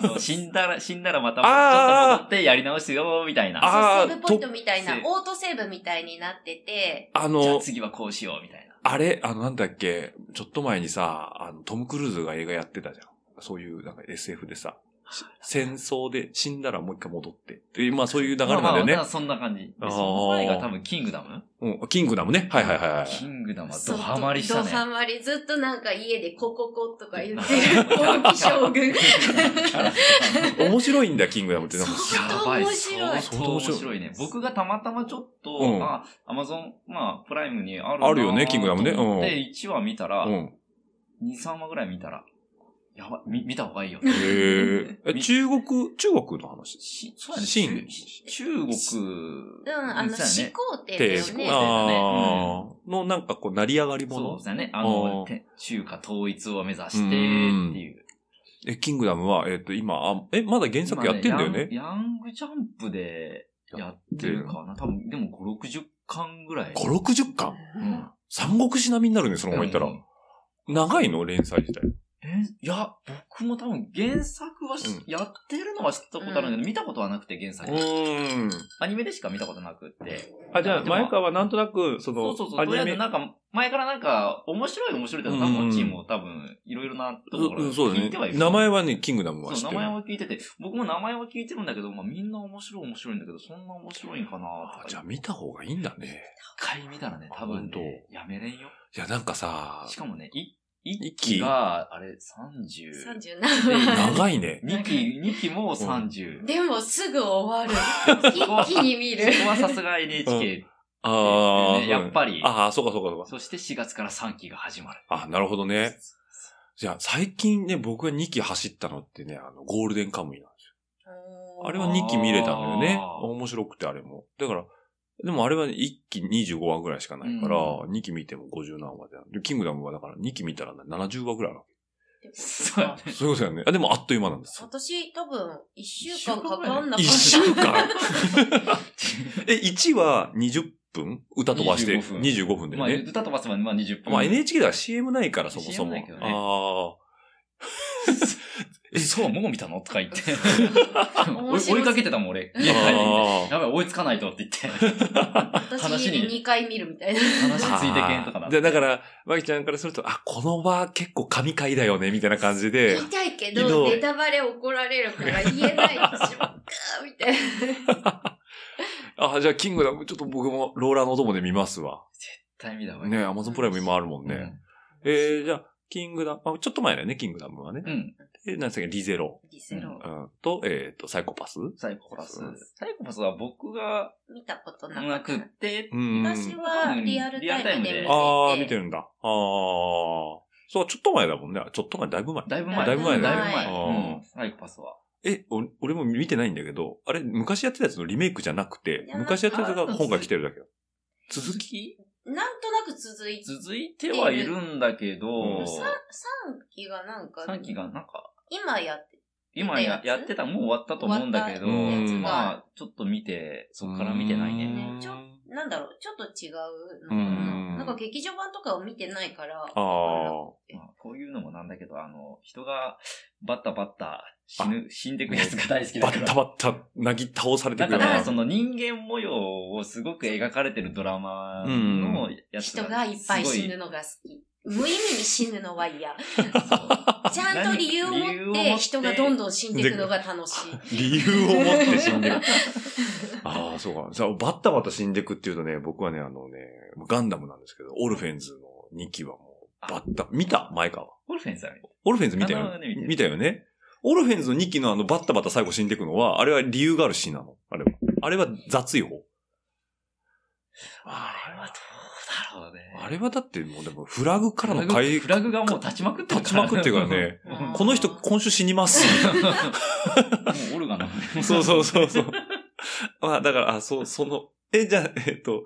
Speaker 3: の、死んだら、死んだらまた、ち
Speaker 2: あー
Speaker 3: ょっと戻ってやり直すよ、みたいな。
Speaker 2: あ
Speaker 3: じ
Speaker 2: ー
Speaker 4: そうセーブポイントみたいな
Speaker 3: と、
Speaker 4: オートセーブみたいになってて、
Speaker 2: あ
Speaker 3: ゃあ
Speaker 2: の、
Speaker 3: 次はこうしよう、みたいな。
Speaker 2: あれ、あの、なんだっけ、ちょっと前にさ、あの、トム・クルーズが映画やってたじゃん。そういう、なんか SF でさ、し戦争で死んだらもう一回戻って。でまあそういう流れ
Speaker 3: まあま
Speaker 2: なん
Speaker 3: あ
Speaker 2: だよね
Speaker 3: まあ。そんな感じ。で
Speaker 2: あー
Speaker 3: その前が多分キングダム
Speaker 2: うん、キングダムね。はいはいはいはい。
Speaker 3: キングダムはドハマりした
Speaker 4: ずっとドハ
Speaker 3: ね。
Speaker 4: マり。ずっとなんか家でコココとか言って る大木将軍。
Speaker 2: 面白いんだよ、キングダムって。なんか
Speaker 4: 相当面白い。
Speaker 2: そう
Speaker 3: 相当面白いね。僕がたまたまちょっと、
Speaker 2: うん
Speaker 3: あ、アマゾン、まあ、プライムにあるな
Speaker 2: あるよねキングダムねうん
Speaker 3: と思って1話見たら、
Speaker 2: うん。
Speaker 3: 2、3話ぐらい見たら、やばい、み見た方がいいよ。
Speaker 2: へえ。え中国、中国の話
Speaker 3: しそうやね
Speaker 2: シン
Speaker 3: 中国、
Speaker 4: うん、あの、
Speaker 3: そうや
Speaker 4: 始
Speaker 3: ね
Speaker 4: 皇帝だ
Speaker 2: 帝
Speaker 4: よ
Speaker 3: 思考
Speaker 4: ね
Speaker 3: 帝。だね
Speaker 2: あーの、なんかこう、成り上がり
Speaker 3: そう
Speaker 2: 者
Speaker 3: です。よね。あ
Speaker 2: あー
Speaker 3: の、て中華統一を目指してっていう。
Speaker 2: え、キングダムは、えっ、と、今、あ、え、まだ原作やってんだよね
Speaker 3: 今。ヤンヤングジャンプでやってるかな。多分、でも5、60巻ぐらい。
Speaker 2: 5、60巻
Speaker 3: うん。
Speaker 2: 三国志並みになるね、そのまま言ったら
Speaker 3: う。ん
Speaker 2: 長いの連載自体。
Speaker 3: え、いや、僕も多分原作はし、
Speaker 2: うん
Speaker 3: やってるのは知ったことあるんだけど、見たことはなくて原
Speaker 2: う
Speaker 3: 作。
Speaker 2: ーん。
Speaker 3: アニメでしか見たことなくて。
Speaker 2: あ、じゃあ、
Speaker 3: でも
Speaker 2: 前川はなんとなく、そ
Speaker 3: そ
Speaker 2: の
Speaker 3: うそう、そ
Speaker 2: ア
Speaker 3: う。とりあ
Speaker 2: ニ
Speaker 3: え
Speaker 2: メ。
Speaker 3: ずなんか、前からなんか、面白い面白いって多
Speaker 2: うんうん
Speaker 3: 分チームを多分、いろいろなところ
Speaker 2: うんそうだ
Speaker 3: 聞いてはい
Speaker 2: ね。
Speaker 3: る。
Speaker 2: 名前はね、キングダムは知
Speaker 3: そ
Speaker 2: っ
Speaker 3: う、
Speaker 2: て
Speaker 3: 名
Speaker 2: る。
Speaker 3: 前は聞いてて、僕も名前は聞いてるんだけど、まあみんな面白い面白いんだけど、そんな面白いんかな
Speaker 2: あじゃあ見た方がいいんだね。
Speaker 3: 一回見たらね、多分ね、やめれんよ。
Speaker 2: いや、なんかさ
Speaker 3: し、かもね、い
Speaker 2: 一
Speaker 3: 一
Speaker 2: 期
Speaker 3: 期が、あれ、30。
Speaker 4: 37話。
Speaker 2: 長い ね。
Speaker 3: 二期、二期も30。
Speaker 4: でもすぐ 終わる。一気に見る。
Speaker 3: そこはさすが NHK。
Speaker 2: ああ、
Speaker 3: ねやっぱり
Speaker 2: ああ、そうかそうかそうか。
Speaker 3: そして4月から3期が始まる。
Speaker 2: あ、なるほどね。じゃあ、最近ね、僕が2期走ったのってね、あの、ゴールデンカムイなんですよ。あれは2期見れたんだよね。
Speaker 3: あー
Speaker 2: 面白くて、あれも。だから、でもあれは1期25話ぐらいしかないから、
Speaker 3: う
Speaker 2: 2期見ても50何話で。でキングダムはだから2期見たら70話ぐらいあるわ
Speaker 3: そうやね
Speaker 2: け。そういうことだよね。あ、でもあっという間なんですよ。
Speaker 4: 私、多分、一週間かかんなかった。
Speaker 2: 1週 間え、1話20分歌飛ばして
Speaker 3: 25分
Speaker 2: 25分で
Speaker 3: まあ、
Speaker 2: ね。
Speaker 3: 歌飛ばすまで、まあ20分。
Speaker 2: まあ NHK では CM ないからそもそ
Speaker 3: CM
Speaker 2: も。
Speaker 3: ないけどね
Speaker 2: あ
Speaker 3: え、そう、もう見たのとか言って。
Speaker 4: 面白そう
Speaker 3: 追いかけてたもん、俺。
Speaker 2: ー
Speaker 3: 家帰って
Speaker 2: あー。
Speaker 3: やばい、追いつかないとって言って。
Speaker 4: 私、
Speaker 3: 話に
Speaker 4: 2回見るみたいな。
Speaker 3: 話ついてけんとか
Speaker 2: あ
Speaker 3: な
Speaker 2: ー。でだから、まきちゃんからすると、あ、この場結構神回だよね、みたいな感じで
Speaker 4: 見。たいけ
Speaker 2: けど
Speaker 4: ど、ネタバレ怒られるから言 えないでしょ。ガーみたいな。
Speaker 2: あ、じゃあキングダム、ちょっと僕もローラーのお供で見ますわ。
Speaker 3: タイミだわ。
Speaker 2: ね、アマゾンプライム今あるもん
Speaker 3: う
Speaker 2: ね。
Speaker 3: ん。
Speaker 2: えー、じゃあ、キングダム、あちょっと前だよね、キングダムはね。
Speaker 3: うん。
Speaker 2: え、なんでしたっけ、リゼロ。
Speaker 4: リセロ
Speaker 2: う。ん、と、えっ、と、サイコパス
Speaker 3: サイコパス
Speaker 2: そう。
Speaker 3: サイコパスは僕が
Speaker 4: 見たことなか
Speaker 3: な
Speaker 4: った
Speaker 3: くって、
Speaker 2: うん。
Speaker 4: 私はリアルタイムで見てて。
Speaker 2: あー、見てるんだ。あー。そう、ちょっと前だもんね。ちょっと前、だいぶ前。
Speaker 3: だいぶ前。
Speaker 2: だいぶ前だ
Speaker 3: だい
Speaker 2: ね
Speaker 3: ぶ前。
Speaker 2: あー
Speaker 3: うんサイコパスは。
Speaker 2: え、お俺も見てないんだけど、あれ、昔やってたやつのリメイクじゃなくて
Speaker 4: い、や
Speaker 2: 昔やってたやつが今回来てるだけだ。続き
Speaker 3: き
Speaker 4: なんとなく続いて、
Speaker 3: 続いてはいるんだけど、
Speaker 4: 3期がなんか、
Speaker 3: 3期がなんか、
Speaker 4: 今やって、
Speaker 3: 今ややってたもう終わったと思うんだけど、
Speaker 2: 終わったやつが
Speaker 3: まあ、ちょっと見て、そっから見てないね。
Speaker 4: ねちょなんだろう、ちょっと違うの
Speaker 2: う
Speaker 4: か
Speaker 2: ん
Speaker 4: な。なんか劇場版とかを見てないから、
Speaker 2: ああ。
Speaker 3: まあこういうのもなんだけど、あの、人がバッタバッタ死ぬ、死んでくやつが大好きだ
Speaker 2: バ
Speaker 3: か
Speaker 2: ッ
Speaker 3: ら。
Speaker 2: タバッタ、なぎ倒されて
Speaker 3: だ
Speaker 2: くる
Speaker 3: か
Speaker 2: よう
Speaker 3: ら、
Speaker 2: な
Speaker 3: そ。の人間模様をすごく描かれてるドラマのやつ
Speaker 4: 人がいっぱい死ぬのが好き。無意味に死ぬのは嫌。ちゃんと理由を
Speaker 3: 理由
Speaker 4: 持
Speaker 3: を
Speaker 4: っ
Speaker 3: 持って
Speaker 4: て人がどんどん死んでいくのが楽しい。
Speaker 2: 理由を持って死 んでる。ああ、そうか。さあ、バッタバタ死んでくっていうとね、僕はね、あのね、ガンダムなんですけど、オルフェンズの2期はもう、バッタ、見た前川。
Speaker 3: オルフェンさん。
Speaker 2: オルフェンズ見たよ
Speaker 3: あのね見て
Speaker 2: ね。
Speaker 3: る
Speaker 2: 見たよね。オルフェンズの2期のあの、バッタバタ最後死んでくのは、あれは理由がある死なの。あれは。あれは雑い方。
Speaker 3: あ
Speaker 2: あ
Speaker 3: れはどうだろうね。
Speaker 2: あれはだってもう、でも、フラグからの
Speaker 3: フラグ
Speaker 2: 回
Speaker 3: フラグがもう立ちまくってる
Speaker 2: 立ちまくってるからね。この人今週死にます。
Speaker 3: もうオルガンの。
Speaker 2: そうそうそうそう。まあ、だから、あ、そう、その、え、じゃあ、えっと、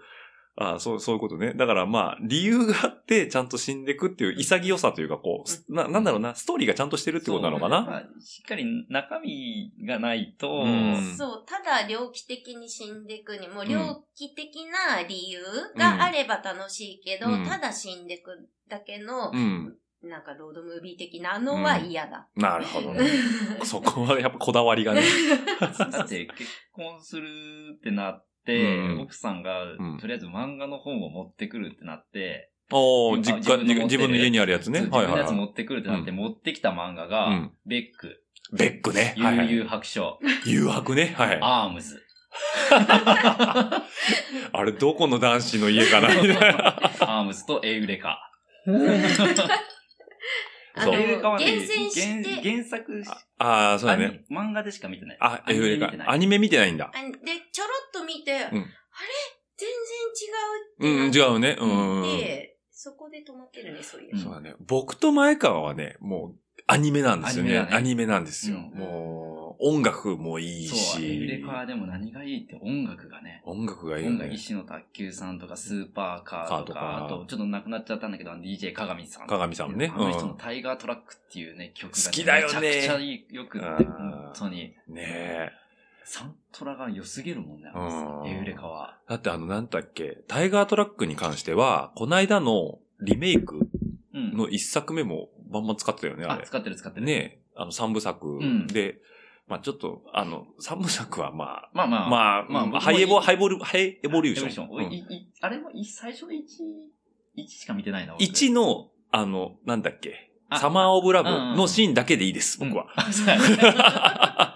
Speaker 2: あそう、そういうことね。だからまあ、理由があって、ちゃんと死んでいくっていう潔さというか、こうす、な、なんだろうな、ストーリーがちゃんとしてるってことなのか
Speaker 3: ま
Speaker 2: な
Speaker 3: あしっかり中身がないと、
Speaker 2: うん
Speaker 4: そう、ただ猟奇的に死んでいくにも、猟奇的な理由があれば楽しいけど、
Speaker 2: うん
Speaker 4: ただ死んでいくだけの、
Speaker 2: うん。
Speaker 4: なんかロードムービー的なのは嫌だ。
Speaker 2: なるほ どね。そこはやっぱこだわり がね。
Speaker 3: だって結婚するってなって、
Speaker 2: うん
Speaker 3: 奥さんが
Speaker 2: うん
Speaker 3: とりあえず漫画の本を持ってくるってなって、
Speaker 2: おー
Speaker 3: 今
Speaker 2: 実
Speaker 3: 自
Speaker 2: 家
Speaker 3: 分の持ってる
Speaker 2: 自分の家にあるやつね。
Speaker 3: 自
Speaker 2: はい
Speaker 3: 分の
Speaker 2: はい
Speaker 3: やつ
Speaker 2: は
Speaker 3: 持ってくるってなって、持ってきた漫画が、
Speaker 2: うん
Speaker 3: ベック、
Speaker 2: い。ベックね。
Speaker 3: 悠
Speaker 2: はいはい
Speaker 3: 々白書、
Speaker 2: 誘惑ね。はい。
Speaker 3: アームズ。
Speaker 2: あれ、どこの男子の家か なみたいな。
Speaker 3: アームズとエウレカ。
Speaker 4: あ
Speaker 2: そ
Speaker 4: の
Speaker 2: う
Speaker 3: 映画はね
Speaker 4: 厳選し
Speaker 3: 原
Speaker 4: て、
Speaker 3: 原作し
Speaker 2: ああ、そうだね。
Speaker 3: アニ漫画でしか見てない。
Speaker 2: あ、
Speaker 3: ア
Speaker 2: エ
Speaker 3: ニ
Speaker 2: フ
Speaker 3: メ
Speaker 2: レ
Speaker 3: 見
Speaker 2: カ
Speaker 3: て。ない
Speaker 2: アニメ見てないんだ。
Speaker 4: あで、ちょろっと見て、あれ
Speaker 2: う
Speaker 4: 全
Speaker 2: ん、
Speaker 4: 然違うってなっ
Speaker 2: 違
Speaker 4: て。
Speaker 2: うね。うんうんうん。
Speaker 4: で、そこで止まってるね、そういう。
Speaker 2: そうだね。僕と前川はね、もう、アニメなんですよね。
Speaker 3: アニメだね
Speaker 2: アニメなんですよ。
Speaker 3: うん
Speaker 2: もう、音楽もいい
Speaker 3: そう、エウレ
Speaker 2: し
Speaker 3: カ、はでも何がいいって音楽がね。
Speaker 2: 音楽がいいよ
Speaker 3: 音楽、
Speaker 2: ね。
Speaker 3: 石野卓球さんとか、スーパーカーと
Speaker 2: カー
Speaker 3: か、あ
Speaker 2: とか
Speaker 3: と、ちょっと亡くなっちゃったんだけど、あの DJ 鏡さん。
Speaker 2: 鏡さんもね。
Speaker 3: あ
Speaker 2: う
Speaker 3: の人の
Speaker 2: ん。
Speaker 3: タイガートラックっていうね、曲が、
Speaker 2: 好きだよね
Speaker 3: めちゃくちゃいいよくって、
Speaker 2: うん
Speaker 3: 本当に。
Speaker 2: ねえ。
Speaker 3: サントラが良すぎるもんね、
Speaker 2: うん
Speaker 3: エウレカは。
Speaker 2: だってあの、なんだっけ、タイガートラックに関しては、こないだのリメイク
Speaker 3: うん。
Speaker 2: の一作目もバンバン使ってたよね、あ
Speaker 3: あ
Speaker 2: れ。
Speaker 3: 使ってる使ってる。。
Speaker 2: ねえ、あの、三部作
Speaker 3: うん
Speaker 2: で、まあちょっと、あの、三部作はま
Speaker 3: まあま
Speaker 2: あ、
Speaker 3: あ。
Speaker 2: まあ、
Speaker 3: まあ
Speaker 2: うん
Speaker 3: 僕も
Speaker 2: ハイエ
Speaker 3: い
Speaker 2: ボ、
Speaker 3: い
Speaker 2: ハイボル、ハイエボリューション。
Speaker 3: 俺いいあれもい最初の1、1しか見てないな。俺
Speaker 2: 1の、あの、なんだっけ、
Speaker 3: あ
Speaker 2: サマーオブラブ
Speaker 3: うんうんうん
Speaker 2: のシーンだけでいいです、 僕は。
Speaker 3: うんあそうやね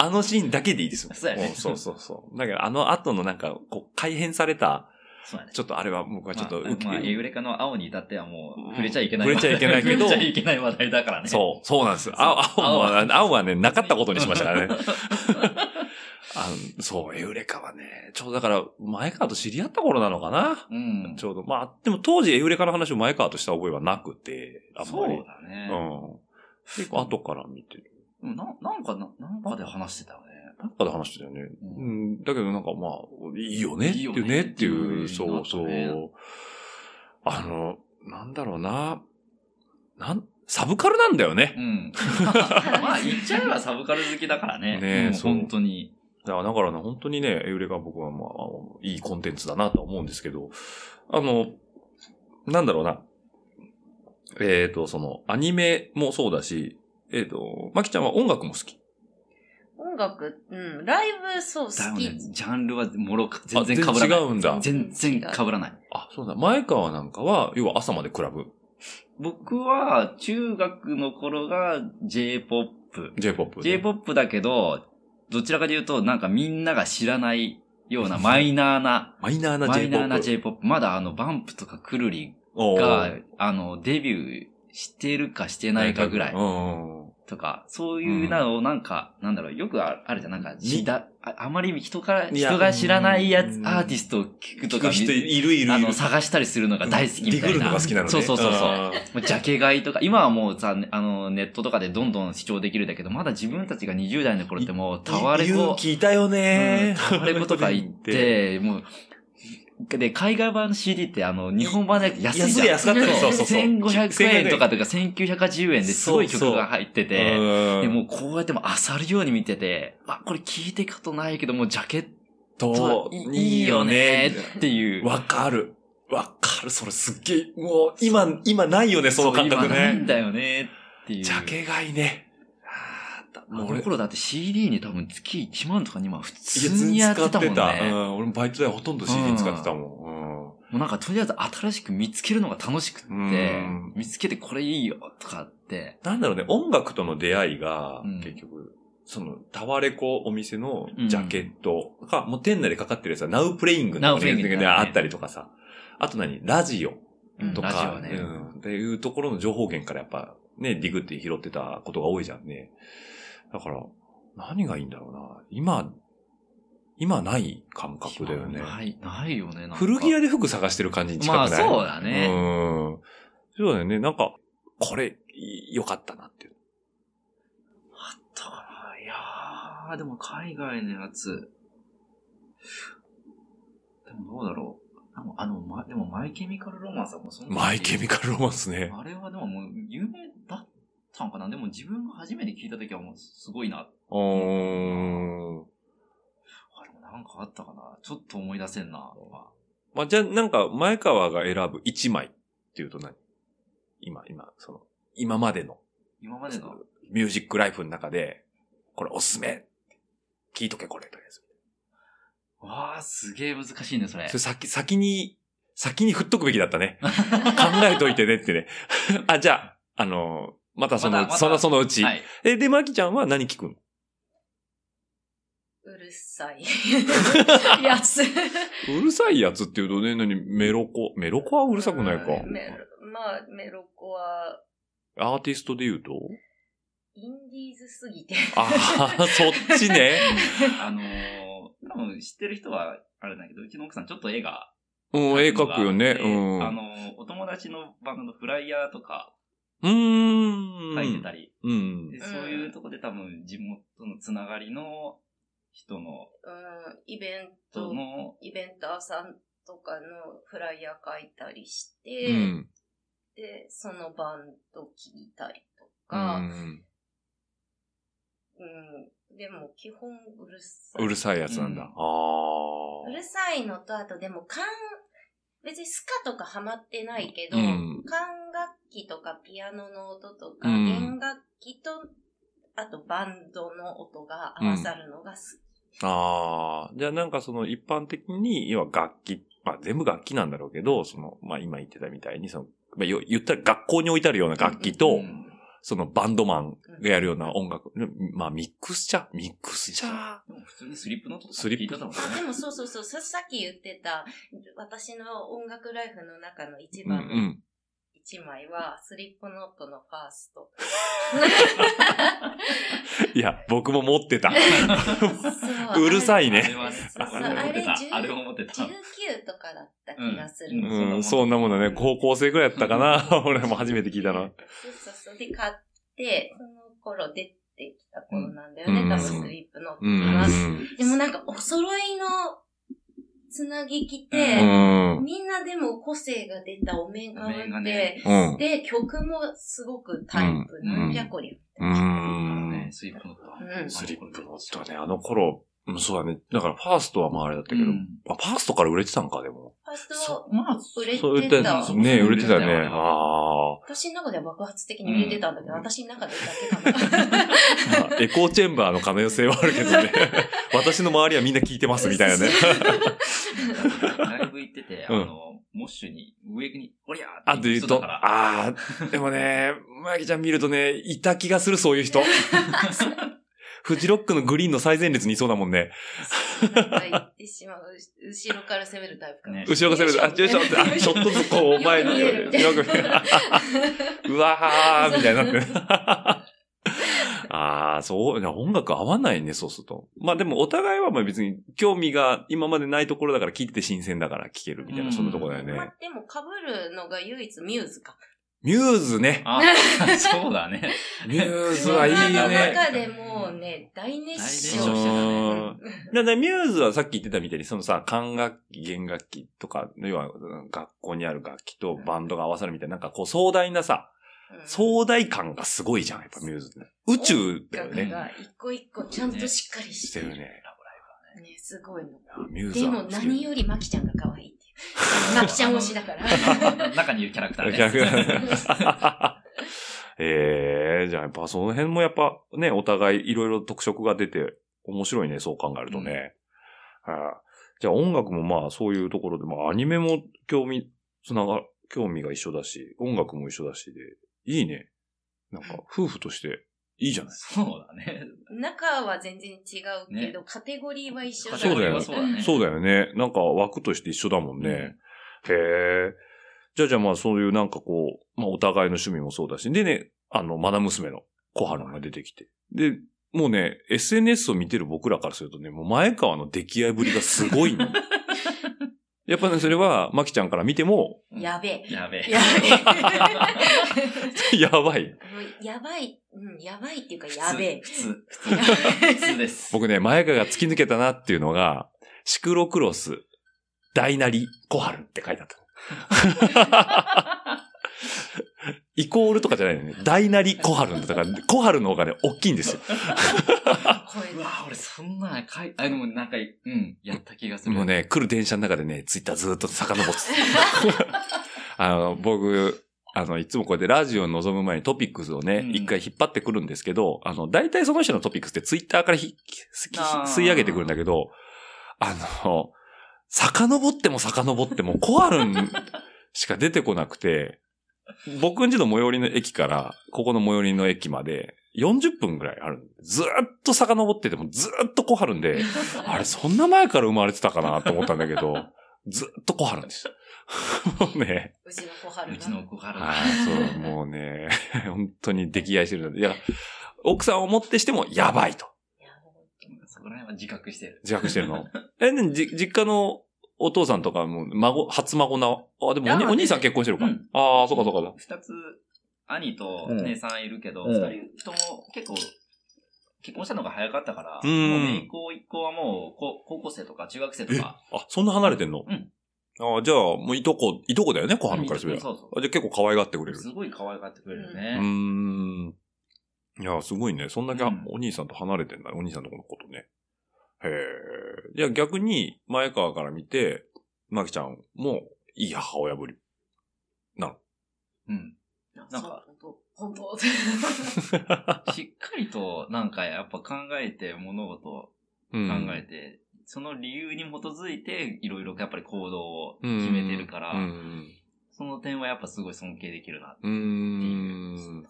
Speaker 2: あのシーンだけでいいですもん。
Speaker 3: そうやね
Speaker 2: んそうそうそう。だけど、あの後のなんか、こう、改変された、
Speaker 3: そうやね。
Speaker 2: ちょっとあれは僕はちょっと
Speaker 3: まあ
Speaker 2: ウキ、
Speaker 3: まあ、エウレカの青に至ってはもう、触れちゃいけない。
Speaker 2: 触れちゃいけないけど
Speaker 3: 触れちゃいけない話題だからね。
Speaker 2: そう、そうなんです。青、
Speaker 3: そう
Speaker 2: 青は、
Speaker 3: 青は
Speaker 2: 青はね、なかったことにしましたからね。 あのそう、エウレカはね、ちょうどだから、前川と知り合った頃なのかな。
Speaker 3: う。うん。
Speaker 2: ちょうど。まあ、でも当時エウレカの話を前川とした覚えはなくて、あん
Speaker 3: そ
Speaker 2: ま
Speaker 3: う
Speaker 2: り。
Speaker 3: だね。
Speaker 2: うん。結構後から見てる。
Speaker 3: うんななんかな、なんかで話してたよね。
Speaker 2: なんかで話してたよね。
Speaker 3: う
Speaker 2: うんん。だけどなんかまあ、いいよねって
Speaker 3: いい
Speaker 2: い
Speaker 3: よ
Speaker 2: う
Speaker 3: ね
Speaker 2: ねっていう、
Speaker 3: っていう
Speaker 2: そうそ
Speaker 3: ね
Speaker 2: う。あの、なんだろうな。なん、サブカルなんだよね
Speaker 3: う。ん。 まあ、言っちゃえばサブカル好きだから
Speaker 2: ね
Speaker 3: ね。
Speaker 2: え
Speaker 3: うん
Speaker 2: そう
Speaker 3: 本当に。
Speaker 2: だから、だからね、本当にね、エウレカは僕はまあ、あのいいコンテンツだなとは思うんですけど、あの、なんだろうな。えっ、と、その、アニメもそうだし、えっ、と、まきちゃんは音楽も好き。
Speaker 4: 音楽、うん、ライブ、そう、
Speaker 3: だよ
Speaker 4: 好き
Speaker 3: ね。。ジャンルはもろか、全然被らない。
Speaker 2: あ全然違うんだ
Speaker 3: 全然被らない。
Speaker 2: あ、そうだ。前川なんかは、要は朝までクラブ、
Speaker 3: 僕は、中学の頃が J-POP。
Speaker 2: J-POP で。
Speaker 3: J-POP だけど、どちらかというと、なんかみんなが知らない ようなマイナーな、
Speaker 2: マイナーな J-POP。
Speaker 3: マイナーな J-POP。まだあの、バンプとかクルリ
Speaker 2: おー
Speaker 3: が、あの、デビューしてるかしてないかぐらい
Speaker 2: うんうん
Speaker 3: とか、そういうなのをなんか、なんだろう、よくああるじゃん、なんか、知だ、ああまり人から、
Speaker 2: いや
Speaker 3: 人が知らないや
Speaker 2: う
Speaker 3: つ、
Speaker 2: ん
Speaker 3: アーティストを聞くとか、
Speaker 2: 聞く人いるいるいる。
Speaker 3: あの、探したりするのが大好きみたいな。
Speaker 2: ディグるのが好きなのね。
Speaker 3: そうそうそうそう。
Speaker 2: あ
Speaker 3: もうジャケ買いとか、今はもうさ、あの、ネットとかでどんどん視聴できるんだけど、まだ自分たちが20代の頃ってもう、
Speaker 2: ー。
Speaker 3: タワレコ
Speaker 2: 勇、気いたよ
Speaker 3: うん
Speaker 2: ね。
Speaker 3: タワレコとか行っ。て、もう、で、海外版の CD ってあの、日本版じゃなくて安い
Speaker 2: 安
Speaker 3: じ
Speaker 2: い
Speaker 3: ゃん。
Speaker 2: 安かったね。
Speaker 4: そ
Speaker 2: そううそうそう。
Speaker 3: 1500円とかとか1980円ですごい曲が入ってて、
Speaker 2: うん、
Speaker 3: でもうこうやっても漁るように見てて、あ、これ聞いてことないけどもうジャケッ
Speaker 2: と
Speaker 3: トいいよねっていう。
Speaker 2: わかる。わかる。それすっげえ、もう、今、今ないよね、その感覚
Speaker 3: そう今ないん
Speaker 2: ね。
Speaker 3: だよねっていう。
Speaker 2: ジャケ買いね。あー
Speaker 3: あ
Speaker 2: もう
Speaker 3: の
Speaker 2: 俺、
Speaker 3: 頃だって CD に多分月1万とか2万普
Speaker 2: いや
Speaker 3: 通にやってたもんね。
Speaker 2: 使ってうん、俺もバイトでほとんど CD 使ってたも
Speaker 3: もうなんかとりあえず新しく見つけるのが楽しくって、
Speaker 2: うん
Speaker 3: 見つけてこれいいよとかって。
Speaker 2: ん。なんだろうね、音楽との出会いが
Speaker 3: うん、
Speaker 2: 結局、その、タワレコお店のジャケットが、もう店内でかかってるやつは、ナウプレイングの
Speaker 3: Now Playing ってね
Speaker 2: あったりとかさ。あと何ラジオ
Speaker 4: うん
Speaker 2: と
Speaker 3: ラジオ
Speaker 2: か、
Speaker 3: ね。
Speaker 2: うん。っていうところの情報源からやっぱ、ね、ディグって拾ってたことが多いじゃんね。だから、何がいいんだろうな。今、今ない感覚だよね。
Speaker 3: ない、ないよね。なんか
Speaker 2: 古着屋で服探してる感じに近く
Speaker 3: ま
Speaker 2: な
Speaker 3: あ
Speaker 2: い
Speaker 3: そうだね。
Speaker 2: うん。そうだよね。なんか、これ、い良かったなっていう。
Speaker 3: だから、いやー、でも海外のやつ。でもどうだろう。でもあの、ま、でもマイケミカルロマンスはもうそんな
Speaker 2: マイケミカルロマンスね。
Speaker 3: あれはでももう有名だったんかなでも自分が初めて聞いた時はもうすごいな。
Speaker 2: うーん。
Speaker 3: あれもなんかあったかなちょっと思い出せんな。
Speaker 2: まあ、じゃあ、なんか、前川が選ぶ1枚っていうと何今、今、その、今までの
Speaker 3: 今までの。
Speaker 2: ミュージックライフの中で、これおすすめ聞いとけ、これ、とりあえず。
Speaker 3: わあ、すげえ難しいね、それ
Speaker 2: それ。先、先に、先に振っとくべきだったね。考えといてねってね。 あ、じゃあ、あのーまたその、
Speaker 3: またまた
Speaker 2: その、そのうち。
Speaker 3: はい。
Speaker 2: え、で、まきちゃんは何聞くの
Speaker 4: うる さい。やつ。
Speaker 2: うるさいやつっていうとね、何メロコ。メロコはうるさくないか。
Speaker 4: メロまあ、メロコは、
Speaker 2: アーティストで言うと
Speaker 4: インディーズすぎて。
Speaker 2: ああ、そっち ね。
Speaker 3: あのー、多分知ってる人はあれだけど、うちの奥さんちょっと絵が。
Speaker 2: うん、絵描くよね。
Speaker 3: で
Speaker 2: う
Speaker 3: あ
Speaker 2: ん。
Speaker 3: のー、お友達のバンドのフライヤーとか
Speaker 2: うーん。
Speaker 3: 書いてたり、
Speaker 2: うん。
Speaker 3: で、そういうとこで多分地元のつながりの人の、
Speaker 4: うん、イベン
Speaker 3: と
Speaker 4: ト、
Speaker 3: の、
Speaker 4: イベンターさんとかのフライヤー書いたりして、
Speaker 2: うん。
Speaker 4: で、そのバンド聴いたりと
Speaker 2: う
Speaker 4: か、
Speaker 2: ん。
Speaker 4: うん、でも基本うるさい。
Speaker 2: うるさいやつなんだ。
Speaker 3: う
Speaker 2: あ
Speaker 3: ん
Speaker 2: あ。
Speaker 4: うるさいのと、あとでも、管、別にスカとかハマってないけど、
Speaker 2: うん
Speaker 4: 管楽器とかピアノの音とか、
Speaker 2: うん
Speaker 4: 弦楽器と、あとバンドの音が合わさるのが好
Speaker 2: ああ、じゃあなんかその一般的に、要は楽器、まあ全部楽器なんだろうけど、その、まあ今言ってたみたいに、その、まあよ言ったら学校に置いてあるような楽器と、
Speaker 3: うん
Speaker 2: そのバンドマンがやるような音楽、まあミックスチャー、ミックスチャー。
Speaker 3: でも普通にスリップの音とか
Speaker 2: スリップ
Speaker 3: 聞いてたもんね。
Speaker 4: き。でもそうそうそう、ささっき言ってた、私の音楽ライフの中の一
Speaker 2: うんう
Speaker 4: 番の
Speaker 2: ん。
Speaker 4: 一枚は、スリップノットのファースト。
Speaker 2: いや、僕も持って た。
Speaker 4: そう
Speaker 2: るさいね
Speaker 3: あれはね、あれ思ってた。あれ思ってた。
Speaker 4: 19とかだった気がする。
Speaker 3: うん
Speaker 2: うん、そんなもんだね。高校生くらいやったかな。 俺も初めて聞いたの。
Speaker 4: そうそうそう。で、買って、その頃出てきた頃なんだよね。
Speaker 2: うん
Speaker 4: 多分スリップのって
Speaker 2: う
Speaker 4: いうのは。
Speaker 2: ん。
Speaker 4: でもなんか、お揃いのつなぎ着
Speaker 2: う
Speaker 4: て、
Speaker 2: ん。
Speaker 4: みんなでも個性が出たお面かぶ
Speaker 3: お面が
Speaker 4: って、
Speaker 3: ね
Speaker 2: うん。
Speaker 4: で、曲もすごくタイプ。
Speaker 2: うん
Speaker 4: なんじゃこり
Speaker 2: う
Speaker 4: ゃ。
Speaker 2: ん。
Speaker 3: ね、スリップの音
Speaker 4: うん
Speaker 2: スリップの音ね、あの頃、うんそうだね。だから、ファーストはまああれだったけど、
Speaker 3: うん
Speaker 2: あファーストから売れてたんか、でも。
Speaker 4: ファース
Speaker 3: そ
Speaker 4: ト、
Speaker 3: う、まあ、
Speaker 4: 売れ
Speaker 2: そう
Speaker 4: てた。
Speaker 3: そう
Speaker 2: ね、売れてた
Speaker 3: 売れてたよ
Speaker 2: ね
Speaker 3: ね。
Speaker 2: あ
Speaker 4: 私の中では爆発的に売れてたんだけど、
Speaker 2: うん
Speaker 4: 私の中でだけかな。
Speaker 2: あ。まあエコーチェンバーの可能性はあるけど ね。私の周りはみんな聞いてます、みたいな ね。
Speaker 3: ライブ行ってて、あ
Speaker 2: うん
Speaker 3: の、モッシュに、上に、おりゃー
Speaker 2: あ、
Speaker 3: っ
Speaker 2: で
Speaker 3: て
Speaker 2: 言
Speaker 3: 言
Speaker 2: う
Speaker 3: う
Speaker 2: と、
Speaker 3: 人だから。
Speaker 2: ああ、でもね、まやきちゃん見るとね、いた気がする、そういう 人。フジロックのグリーンの最前列にいそうだもんね。
Speaker 4: なんか言ってしまう。後ろから攻めるタイプかも
Speaker 3: ね
Speaker 2: 後ろが攻める、あ、ちょいちょい、あちょっとずつこう、前に、
Speaker 4: よく見える
Speaker 2: よく見えるうわー、みたいになってね。ああ、そう、いや音楽合わないね、そうすると。まあでも、お互いはまあ別に、興味が今までないところだから聞いてて新鮮だから聞けるみたいな、
Speaker 3: うん
Speaker 2: そんなとこだよ
Speaker 4: ま
Speaker 2: ね
Speaker 4: あ。でも被るのが唯一ミューズか。
Speaker 2: ミューズね。
Speaker 3: あ、そうだね。
Speaker 2: ミューズ
Speaker 4: 自
Speaker 2: は
Speaker 4: 分
Speaker 2: いい
Speaker 4: の
Speaker 2: ね。
Speaker 4: 中でもうね、大熱
Speaker 3: 大熱
Speaker 4: 唱。
Speaker 3: 唱
Speaker 2: うんだからミューズはさっき言ってたみたいに、そのさ、管楽器、弦楽器とか、要は学校にある楽器とバンドが合わさるみたいな、なんかこう壮大なさ、壮大感がすごいじゃん、やっぱミューズって。宇宙だよ
Speaker 4: 楽
Speaker 2: ね。
Speaker 4: が一個一個ちゃんとしっかり
Speaker 2: し
Speaker 4: してて
Speaker 2: る
Speaker 4: るね。
Speaker 2: ね。
Speaker 4: すごいの。
Speaker 2: ミューズ
Speaker 4: で
Speaker 2: は
Speaker 4: も何よりマキちゃんが可愛いっていう。 マキちゃん推しだから。
Speaker 3: 中にいるキャラクターね。
Speaker 2: 逆だねええじゃあやっぱその辺もやっぱね、お互いいろいろ特色が出て面白いね、そう考えるとね。はいじゃあ音楽もまあそういうところで、まあアニメも興味、つなが、興味が一緒だし、音楽も一緒だしで、いいね。なんか夫婦としていいじゃない
Speaker 3: そうだね。
Speaker 4: 中は全然違うけど、カテゴリーは一緒だよ
Speaker 2: そうだよ
Speaker 4: ね
Speaker 3: そうだね。
Speaker 2: そうだよね。なんか枠として一緒だもんね。へえ。じゃあじゃあまあそういうなんかこう、まあお互いの趣味もそうだし。でね、あの、マダ娘の小春が出てきて。で、もうね、SNS を見てる僕らからするとね、もう前川の出来合いぶりがすごいの。やっぱね、それは、まきちゃんから見ても、
Speaker 3: うん
Speaker 4: やべえ。
Speaker 3: やべえ。
Speaker 4: やべえ。
Speaker 2: やばい。
Speaker 4: もうやばい、うん、やばいっていうか、
Speaker 3: 普通
Speaker 4: やべえ。
Speaker 3: 普通、普通。普通です。
Speaker 2: 僕ね、前川が突き抜けたなっていうのが、シクロクロス、大なり、小春って書いてあった。 イコールとかじゃないのね。大なり、小春だったから、小春の方がね、大きいんですよ。
Speaker 4: 声
Speaker 3: う
Speaker 4: が
Speaker 3: わ、俺そんな、かい、あ、でもなんか、うん、やった気がする。
Speaker 2: もう。ね、来る電車の中でね、ツイッターずーっと遡ってた。 あの、僕、あの、いつもこうやってラジオに臨む前にトピックスをね
Speaker 3: う、ん
Speaker 2: 一、回引っ張ってくるんですけど、あの、大体その人のトピックスってツイッターからひひひ
Speaker 3: あー
Speaker 2: 吸い上げてくるんだけど、あの、遡っても遡っても、コアルンしか出てこなくて、僕んちの最寄りの駅から、ここの最寄りの駅まで、40分ぐらいある。ずーっと遡ってても、ずーっと小春んで、あれ、そんな前から生まれてたかなと思ったんだけど、ずーっと小春んです。もうね、
Speaker 4: うちの小春
Speaker 3: う
Speaker 4: が。
Speaker 3: ちの小春
Speaker 2: は
Speaker 3: が。
Speaker 2: い、そう、もうね、本当に溺愛してるので、いや、奥さんをもってしても、やばいと。
Speaker 4: いやもう
Speaker 3: そこら辺は自覚してる。
Speaker 2: 自覚してるの。 え、でじ、実家のお父さんとかも、孫、初孫な、あ、でもお
Speaker 3: い
Speaker 2: に
Speaker 3: や
Speaker 2: お兄さん結婚してるか。
Speaker 3: うん
Speaker 2: ああ、そうかそうかそう。
Speaker 3: 二つ、兄と
Speaker 2: うん
Speaker 3: 姉さんいるけど、
Speaker 2: うん
Speaker 3: 二、人とも結構、結婚したのが早かったから、
Speaker 2: うん
Speaker 3: もう姪っ子一個はもうこ高校生とか中学生とか、
Speaker 2: あ、そんな離れてんの
Speaker 3: うん。
Speaker 2: ああ、じゃあ、もういとこ、いとこだよね、小春からすれば。
Speaker 3: そう
Speaker 2: あじゃあ結構可愛がってくれ
Speaker 3: そう。
Speaker 2: る。
Speaker 3: すごい可愛がってくれる
Speaker 2: うー
Speaker 3: ね。
Speaker 2: ん。いや、すごいね。そんだけ
Speaker 3: うん
Speaker 2: お兄さんと離れてんだね、お兄さんのことね。へえ。じゃあ逆に、前川から見て、まきちゃんも、いい母親ぶり。
Speaker 3: うん。
Speaker 4: なん
Speaker 3: なん
Speaker 4: か
Speaker 3: か、
Speaker 4: そう本当、本
Speaker 3: しっかりと、なんかやっぱ考えて、物事を
Speaker 2: う
Speaker 3: 考
Speaker 2: ん
Speaker 3: えて、その理由に基づいて、いろいろやっぱり行動を決めてるから、
Speaker 2: うん。
Speaker 3: その点はやっぱすごい尊敬できるな。
Speaker 2: うーん。
Speaker 3: うん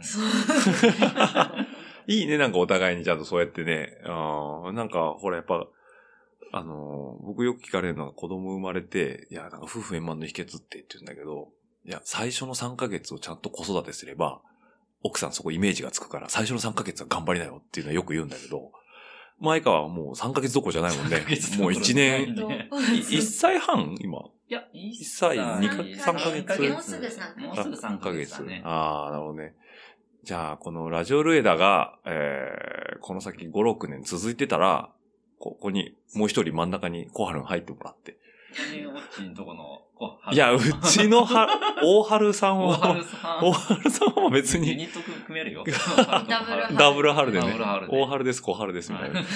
Speaker 4: そう。
Speaker 2: いいね、なんかお互いにちゃんとそうやってね。あーなんか、ほら、やっぱ、あのー僕よく聞かれるのは子供生まれて、いや、なんか夫婦円満の秘訣って言ってるんだけど、いや、最初の3ヶ月をちゃんと子育てすれば、奥さんそこイメージがつくから、最初の3ヶ月は頑張りなよっていうのはよく言うんだけど、前川はもう3ヶ月どころじゃないもんね。もう1年、1歳半今。
Speaker 3: いや、1
Speaker 2: 歳二か三ヶ月
Speaker 4: もうすぐ三ヶ月
Speaker 3: もうすぐ3ヶ月だね。
Speaker 2: ああ、なるほどね。じゃあ、このラジオルエダが、えー、この先5、6年続いてたら、ここに、もう一人真ん中に小春入ってもらって。
Speaker 3: ね、おっちんとこの、こ
Speaker 2: いや、う
Speaker 3: 春
Speaker 2: ちの は、大春さん
Speaker 3: 大
Speaker 2: は、
Speaker 3: 春さん。
Speaker 2: 大春さんは別
Speaker 3: ユ
Speaker 2: に、
Speaker 3: ニット組組めるよ。
Speaker 4: ダブル春
Speaker 2: ダブル春でね
Speaker 3: ダブル春。で
Speaker 2: 大春です、小春です、みたいな。
Speaker 4: コ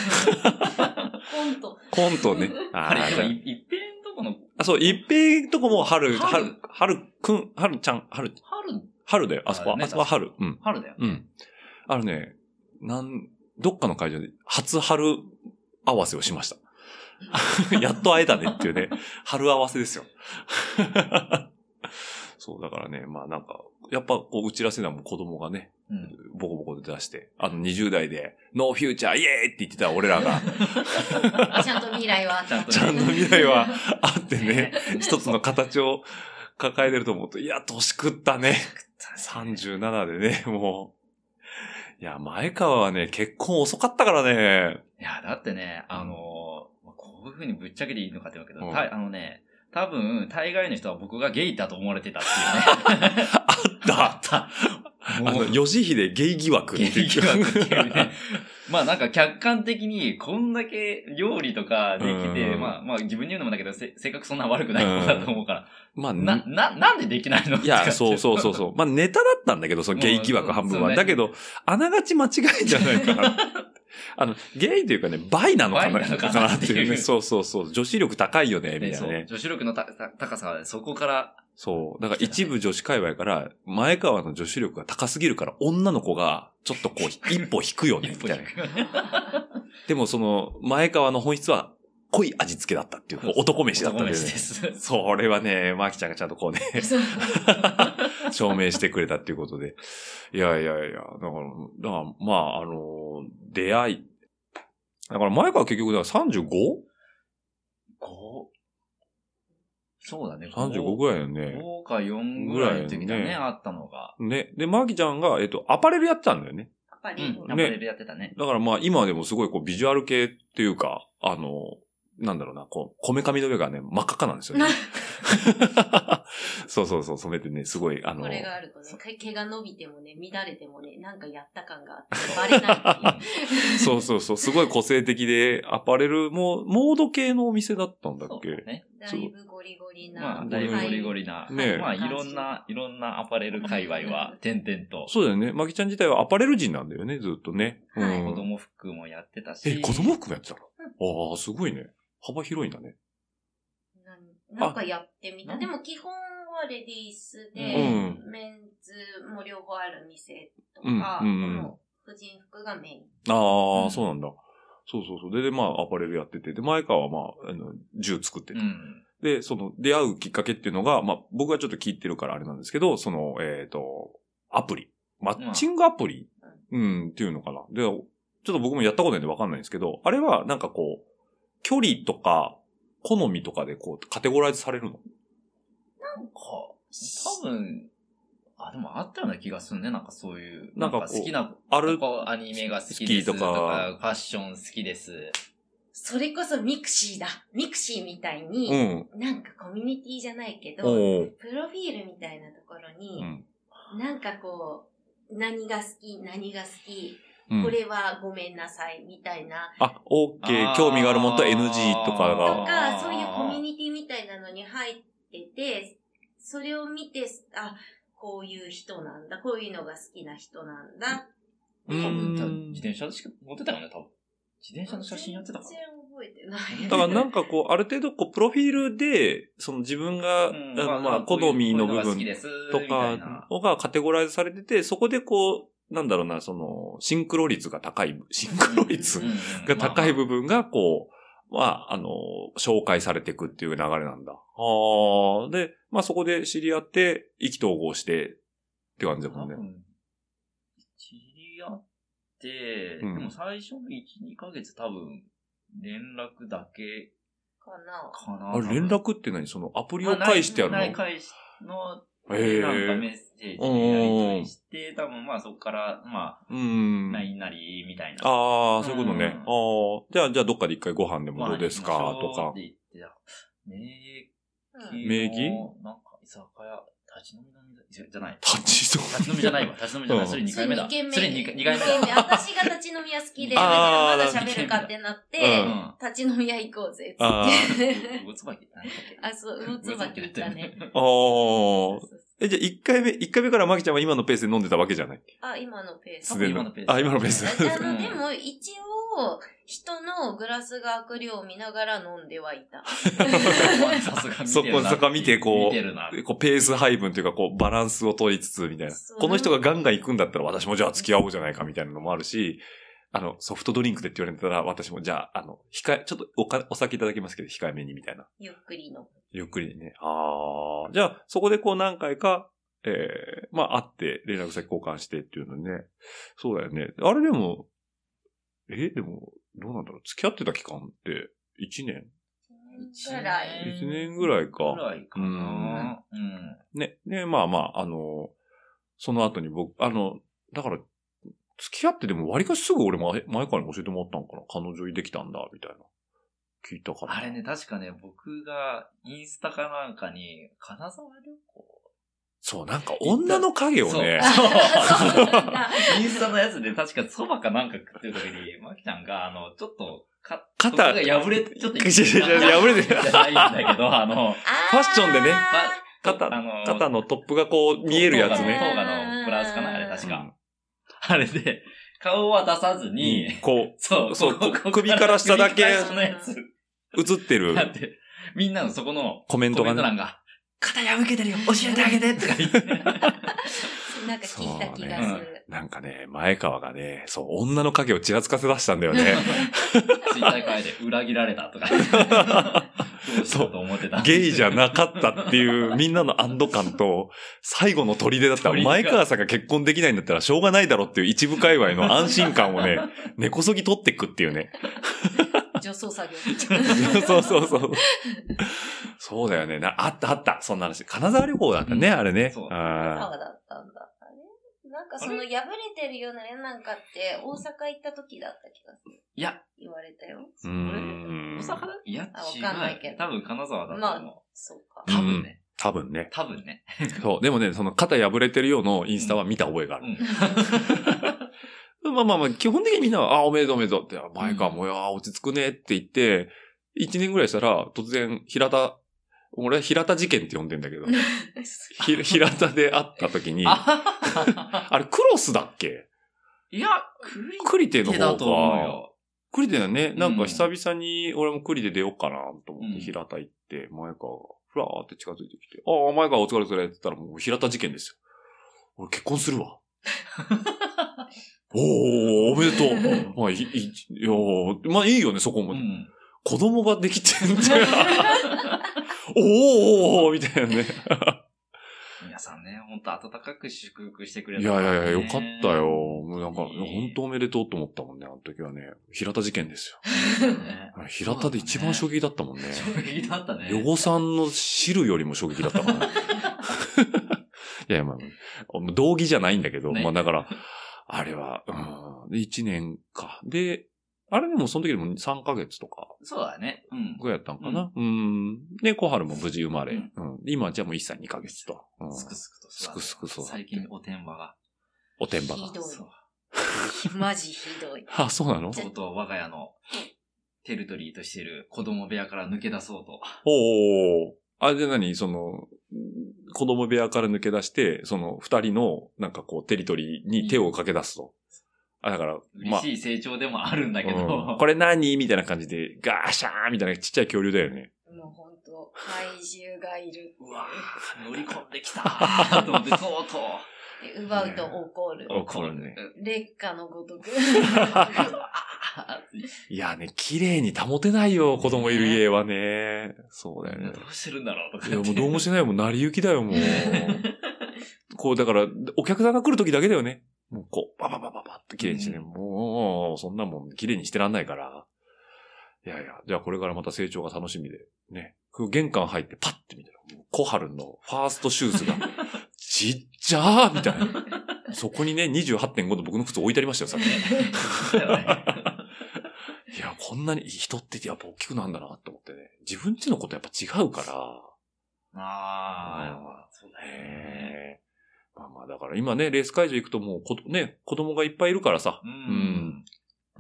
Speaker 4: ント。
Speaker 2: コントね。あ
Speaker 3: あ
Speaker 2: ー
Speaker 3: れ、
Speaker 2: じゃあ
Speaker 3: いいっぺんとこの、
Speaker 2: あ、そう、一平とこも春、
Speaker 3: 春
Speaker 2: 春、春くん、春ちゃん、春、
Speaker 3: 春、
Speaker 2: 春だよ。あそこは
Speaker 3: あ、れね
Speaker 2: あそこは春。うん。
Speaker 3: 春だよ。
Speaker 2: うん。あのね、なん、どっかの会場で初春合わせをしました。 やっと会えたねっていうね、春合わせですよ。 そう、だからね、まあなんか、やっぱこう、うちら世代も子供がね、
Speaker 3: うん。
Speaker 2: ボコボコで出して、あの20代で、ノーフューチャーイエーイって言ってた俺らが、
Speaker 4: ちゃんと未 来はあっ た。
Speaker 2: ちゃんと未来はあってね、一つの形を抱えてると思うと、いや、年食ったね。37でね、もう。いや、前川はね、結婚遅かったからね。
Speaker 3: いや、だってね、あのー、こういう風にぶっちゃけていいのかってわけど、
Speaker 2: うん
Speaker 3: たあのね、多分、大概の人は僕がゲイだと思われてたっていうね。
Speaker 2: だ、
Speaker 3: た。
Speaker 2: あ
Speaker 3: も
Speaker 2: の、
Speaker 3: う、
Speaker 2: 吉秀ゲイ疑惑って
Speaker 3: ゲ
Speaker 2: いう。
Speaker 3: イ疑惑っていうね。 まあなんか客観的に、こんだけ料理とかできて、
Speaker 2: うん
Speaker 3: まあまあ自分で言うのもだけど、せ性格そんな悪くない子だと思うから、
Speaker 2: まあ、
Speaker 3: な、
Speaker 2: ね
Speaker 3: な、なんでできないの
Speaker 2: いや、そうそうそう
Speaker 3: う。
Speaker 2: そう。まあ、ネタだったんだけど、そのゲイ疑惑半分
Speaker 3: うんそう
Speaker 2: は。
Speaker 3: ね
Speaker 2: だけど、あながち間違いじゃないかな。 あの、ゲイというかね、バイなのかな
Speaker 3: バイなのかな
Speaker 2: っていう
Speaker 3: ってい
Speaker 2: ね。
Speaker 3: う
Speaker 2: そうそうそう。女子力高いよね、みた
Speaker 3: ね、
Speaker 2: い
Speaker 3: そ
Speaker 2: な
Speaker 3: う
Speaker 2: ね。
Speaker 3: 女子力のたた高さはそこから、
Speaker 2: そう。だから一部女子界隈から、前川の女子力が高すぎるから、女の子が、ちょっとこう、一歩引くよね、み
Speaker 3: 一歩
Speaker 2: たい
Speaker 3: 引
Speaker 2: な。
Speaker 3: く。
Speaker 2: でもその、前川の本質は、濃い味付けだったっていう、こう男飯だったん
Speaker 3: 男
Speaker 2: で
Speaker 3: 飯
Speaker 2: す、
Speaker 3: で
Speaker 2: ね。
Speaker 3: す。
Speaker 2: それはね、まきちゃんがちゃんとこうね、証明してくれたっていうことで。いやいやいや、だから、だからまあ、あの、出会い。だから前川結局、だから 35?35
Speaker 3: 五そうだね。
Speaker 2: ぐらいよね。
Speaker 3: 5か4ぐらいの時だね、
Speaker 2: ぐらいね
Speaker 3: あったのが。
Speaker 2: ね。で、まきちゃんが、えっと、アパレルやってたんだよね。
Speaker 4: や
Speaker 3: う
Speaker 4: っぱり、
Speaker 3: ん、アパレルやってたね。
Speaker 2: だからまあ今でもすごいこうビジュアル系っていうか、あの、なんだろうな、こう、こめかみの上がね、真っ赤っかなんですよね
Speaker 4: な。
Speaker 2: そうそうそう、染めてね、すごい、あの、
Speaker 4: これがあるとね、毛毛が伸びてもね、乱れてもね、なんかやった感があって、バレないっていう。
Speaker 2: そうそうそう、すごい個性的で、アパレルも、モード系のお店だったんだっ
Speaker 3: そう
Speaker 2: け
Speaker 3: だね。
Speaker 4: だいぶゴリゴリな。
Speaker 3: まあ、
Speaker 2: ん
Speaker 3: だいぶゴリゴ
Speaker 4: リ。
Speaker 3: リな。
Speaker 2: ねえ
Speaker 3: まあ、いろんな、いろんなアパレル界隈 は、点々と。
Speaker 2: そうだよね。マキちゃん自体はアパレル人なんだよね、ずっとね。う
Speaker 4: はい
Speaker 2: ん
Speaker 3: 子供服もやってたし。
Speaker 2: え、子供服もやってたのああ、すごいね。幅広いんだね。
Speaker 4: なんなんかやってみた。
Speaker 3: あ
Speaker 4: でも基本はレディース
Speaker 2: う
Speaker 4: で、
Speaker 2: ん。
Speaker 4: メンズも両方ある店と
Speaker 2: うん
Speaker 4: か、
Speaker 2: うんうん
Speaker 4: もう婦人服がメイン。
Speaker 2: ああ、
Speaker 3: うん
Speaker 2: そうなんだ。そうそうそう。で、で、まあ、アパレルやってて、で、前川はまあ、あの、銃作ってて、
Speaker 3: うん。
Speaker 2: で、その、出会うきっかけっていうのが、まあ、僕がちょっと聞いてるからあれなんですけど、その、えっ、と、アプリ。マッチングアプリ、うん、っていうのかな。で、ちょっと僕もやったことないんでわかんないんですけど、あれはなんかこう、距離とか、好みとかでこう、カテゴライズされるの
Speaker 3: は多分、あ、でもあったような気がするね。なんかそういう。
Speaker 2: な
Speaker 3: なんん
Speaker 2: かこう
Speaker 3: か好きな、
Speaker 2: あ
Speaker 3: こ
Speaker 2: る
Speaker 3: こアニメが好きです
Speaker 2: 好きと
Speaker 3: と
Speaker 2: か
Speaker 3: か、ファッション好きです。
Speaker 4: それこそミクシーだ。ミクシーみたいうに、
Speaker 2: ん。
Speaker 4: なんかコミュニティじゃないけ
Speaker 2: お
Speaker 4: ど、
Speaker 2: ー
Speaker 4: プロフィールみたいなところ
Speaker 2: う
Speaker 4: に、
Speaker 2: ん。
Speaker 4: なんかこう、何が好き、何が好き、
Speaker 2: うん
Speaker 4: これはごめんなさい、みたいな。
Speaker 2: あ、OK、興味があるもんと NG とか
Speaker 4: と
Speaker 2: が。
Speaker 4: か、そういうコミュ
Speaker 3: ニ
Speaker 4: ニティみたいなのに入ってて、それを見て、あ、こういう人なんだ、こういうのが好きな人なんだ。
Speaker 2: う
Speaker 3: 自
Speaker 2: ん。
Speaker 3: 転車しか乗ってたよね、多分。自転車の写真やってたから
Speaker 4: 全。然覚えてない。
Speaker 2: だからなんかこう、ある程度こう、プロフィールで、その自分が、
Speaker 3: うん
Speaker 2: あのまあ、好みの部分と
Speaker 3: と
Speaker 2: か、のがカテゴライズされてて、そこでこう、なんだろうな、その、シンクロ率が高い、シンクロ率が高い部分が、こう、まあ、あの、紹介されていくっていう流れなんだ。ああ、で、まあそこで知り合って、意気投合して、って感じだもんね
Speaker 3: 多。分知り合って、
Speaker 2: うん
Speaker 3: でも最初の1、2ヶ月多分、連絡だけ
Speaker 4: かな。
Speaker 3: かな。
Speaker 2: あ、連絡って何そのアプリ
Speaker 3: ま
Speaker 2: を
Speaker 3: あない
Speaker 2: 返してやるの、
Speaker 3: ない返しの、
Speaker 2: へえ
Speaker 3: なんかメッセージでやり取りして、多分まあそこから、ま
Speaker 2: う
Speaker 3: あ、
Speaker 2: ん。
Speaker 3: LINE なり、みたいな。
Speaker 2: ああ、そういうことね。
Speaker 3: うん
Speaker 2: ああ、じゃあ、じゃあどっかで一回ご飯でもどうです
Speaker 3: まあ
Speaker 2: か、と
Speaker 3: 行きましょう
Speaker 2: か
Speaker 3: っ。て言ってた名
Speaker 4: うん
Speaker 3: 義の
Speaker 2: 名義
Speaker 3: なんか、居酒屋、立ち飲みの店じゃじゃない。
Speaker 2: 立 ちそう。
Speaker 3: 立ち飲みじゃないわ。立ち飲みじゃない。それ2回目だ。
Speaker 4: それ二
Speaker 3: それ2回目だ。
Speaker 4: 私が立ち飲み屋好 きで、だ
Speaker 2: あー
Speaker 4: からまだ喋るかってなっ
Speaker 2: う
Speaker 4: て、
Speaker 2: ん
Speaker 4: 立ち飲み屋行こうぜ、つ
Speaker 2: あ
Speaker 4: って。
Speaker 3: うごつばきって何だっけ
Speaker 4: あ、そう、魚つばき行ったね。
Speaker 2: ああ。え、じゃあ一回目、一回目からマキちゃんは今のペースで飲んでたわけじゃない
Speaker 4: あ、今のペース
Speaker 3: 多
Speaker 2: すでに。
Speaker 3: 分。今のペース
Speaker 2: あ、今のペース。
Speaker 4: あの、
Speaker 3: うん
Speaker 4: でも一応、人のグラスが開く量を見ながら飲んではいた。
Speaker 3: さすが見てる な
Speaker 2: そこそこ見てこう
Speaker 3: 見てるな。
Speaker 2: こうペース配分というか、こう、バランスを取りつつ、みたいな
Speaker 4: そ。う
Speaker 2: この人がガンガン行くんだったら、私もじゃあ付き合おうじゃないか、みたいなのもあるし、あの、ソフトドリンクでって言われたら、私もじゃあ、あの、控え、ちょっとおかお酒いただきますけど、控えめに、みたいな。
Speaker 4: ゆっくりの。
Speaker 2: ゆっくりね。ああ。じゃあ、そこでこう何回か、ええまあ、会って、連絡先交換してっていうのね。そうだよね。あれでも、えでも、どうなんだろう。付き合ってた期間って、1年
Speaker 4: くらい。
Speaker 2: 一年ぐらいか
Speaker 3: ぐらいかな。うん。
Speaker 2: ね。ね、まあまあ、あの、その後に僕、あの、だから、付き合ってでも割かしすぐ俺前、前からに教えてもらったのかな。彼女できたんだ、みたいな。聞いたから。
Speaker 3: あれね、確かね、僕がインスタかなんかに、金沢旅 行
Speaker 2: そう、なんか女の影を ね。
Speaker 3: そう
Speaker 4: そうなんだ。
Speaker 3: インスタのやつで確か蕎麦かなんか食ってる時に、まきちゃんが、あの、ちょっと、か、
Speaker 2: 肩
Speaker 3: そこが破れ、ちょ っと、
Speaker 2: 違う違う違う破れてる
Speaker 3: じゃないんだけど、あの、
Speaker 2: ファッションでね
Speaker 4: あ
Speaker 2: 肩、
Speaker 3: あの
Speaker 2: 肩のトップがこう見えるやつね。
Speaker 3: トーガのブラウスかなあれ確
Speaker 2: う
Speaker 3: か
Speaker 2: ん。
Speaker 3: あれで、顔は出さずに、
Speaker 2: こ
Speaker 3: そう、
Speaker 2: そう
Speaker 3: こここ
Speaker 2: 首から下だけ
Speaker 3: 首から下のやつ。
Speaker 2: う、映ってる
Speaker 3: だって、みんなのそこの
Speaker 2: コメント
Speaker 3: コメ
Speaker 2: が
Speaker 3: ント
Speaker 2: ね。
Speaker 3: 欄が、肩破けてるよ教えてあげてと か言って。
Speaker 4: ーなんか聞いた気がする。
Speaker 2: なんかね、前川がね、そう、女の影をちらつかせ出したんだよ ね。
Speaker 3: ツイッター会で裏切られ たとか。どうしようと思ってた。
Speaker 2: ゲイじゃ
Speaker 3: い。
Speaker 2: なかったって いう、みんなの安堵感と、最後の砦だったら、
Speaker 3: 砦が
Speaker 2: 前川さんが結婚できないんだったらしょうがないだろうっていう一部界隈の安心感を ね、根こそぎ取ってくっていうね。
Speaker 4: 女装作業。
Speaker 2: そうそうそう。そうだよね。なあったあった。そんな話。金沢旅行だったね、
Speaker 3: うん
Speaker 2: あれね。
Speaker 3: そう
Speaker 2: あ
Speaker 4: 川だったんだ。あれなんかその破れてるようなね、なんかって、大阪行った時だった気がする。
Speaker 3: いや、
Speaker 4: 言われたよ。
Speaker 2: ーうーん。
Speaker 3: 大阪だいや、
Speaker 4: あ
Speaker 3: 違う。
Speaker 4: わかんないけど
Speaker 3: 多分金沢だと思
Speaker 4: そうか
Speaker 3: う。。多分ね。
Speaker 2: 多分ね。
Speaker 3: 多分ね。
Speaker 2: そう。でもね、その肩破れてるようなインスタは見た覚えがあ
Speaker 3: う
Speaker 2: る。
Speaker 3: ん。
Speaker 2: まあまあまあ、基本的にみんなは、あ、おめでとうおめでとうって、あ前川もよ、あ落ち着くねって言って、一年ぐらいしたら、突然、平田、俺は平田事件って呼んでんだ けど、ひ平田で会った時に、あ
Speaker 3: あ
Speaker 2: れ、クロスだっけ
Speaker 3: いや、栗
Speaker 2: クリテの
Speaker 3: 手だと思う
Speaker 2: 方が、
Speaker 3: よ。
Speaker 2: クリテだね、なん
Speaker 3: う
Speaker 2: か
Speaker 3: ん
Speaker 2: 久々に俺もクリテ出ようかなと思っ
Speaker 3: う
Speaker 2: て、
Speaker 3: ん
Speaker 2: 平田行って、前川が、ふらーって近づいてきて、ああ、前川お疲れそれって言ったら、もう平田事件ですよ。俺結婚するわ。おー、おめでとう。まあ、いい、いやーまあいいよね、そこも。
Speaker 3: うん。
Speaker 2: 子供ができてんじゃん。おー、みたいなね。
Speaker 3: 皆さんね、ほんと温かく祝福してくれ
Speaker 2: い
Speaker 3: た
Speaker 2: や
Speaker 3: ら
Speaker 2: い
Speaker 3: ね、
Speaker 2: やいや、よかったよ。もうなんか、
Speaker 3: ねえ
Speaker 2: 本当おめでとうと思ったもんね、あの時はね。平田事件ですよ。
Speaker 3: ね。
Speaker 2: 平田で一番衝撃だったもんね。
Speaker 3: 衝撃だったね。
Speaker 2: ヨゴさんの汁よりも衝撃だったからね。いやいや、まあ、道義じゃないんだけど、
Speaker 3: ね
Speaker 2: まあだから、あれは、うん、で、1年か。で、あれでもその時でも3ヶ月とか
Speaker 3: そうだね。うん。
Speaker 2: ぐらいやったんかな。うん。で、小春も無事生まれ。うん。で今じゃあもう1歳2ヶ月と。うん、
Speaker 3: すくすくと
Speaker 2: すくすく育って
Speaker 3: 最近お天場が。
Speaker 2: おてんば
Speaker 4: ひ
Speaker 2: が。
Speaker 4: どい
Speaker 3: そう。
Speaker 4: マジひどい。
Speaker 2: あ、そうなの
Speaker 3: とうとう我が家のテリトリーとしている子供部屋から抜け出そうと。
Speaker 2: おー。あれで何その、子供部屋から抜け出して、その二人の、なんかこう、テリトリーに手をかけ出すと。あ、だから、
Speaker 3: 嬉しい成長でもあるんだけど。
Speaker 2: うんこれ何みたいな感じで、ガーシャーンみたいなちっちゃい恐竜だよね。
Speaker 4: もうほんと、怪獣がいる。
Speaker 3: うわ乗り込んできた ーと思って、とうと
Speaker 4: で奪うと怒る。
Speaker 2: 怒るね。
Speaker 4: 劣化のご とく。
Speaker 3: う。あ
Speaker 2: いやね、綺麗に保てないよ、子供いる家はね。そうだよ
Speaker 3: ー
Speaker 2: ね
Speaker 3: ど。うしてるんだろうとか
Speaker 2: い
Speaker 3: 言
Speaker 2: や、
Speaker 3: っ
Speaker 2: もう
Speaker 3: て。
Speaker 2: どうもしないよもう成り行きだよ、もう。 こう、だから、お客さんが来る時だけだよね。もうこう、バババババって綺麗にしてね。
Speaker 3: うん
Speaker 2: もう、そんなもん綺麗にしてらんないから。いやいや、じゃあこれからまた成長が楽しみで。ね。こう玄関入ってパッて見たら、もう小春のファーストシュー ズが、ちっちゃーみたいな。そこにね、28.5の僕の靴置いてありましたよ、さっき。いや、こんなに人ってやっぱ大きくなんだなと思ってね。自分ちのことやっぱ違うから。
Speaker 3: ああ、そうだよね。
Speaker 2: へえまあまあ、だから今ね、レース会場行くともうこ、ね、子供がいっぱいいるからさ
Speaker 3: う。
Speaker 2: うん
Speaker 3: ん。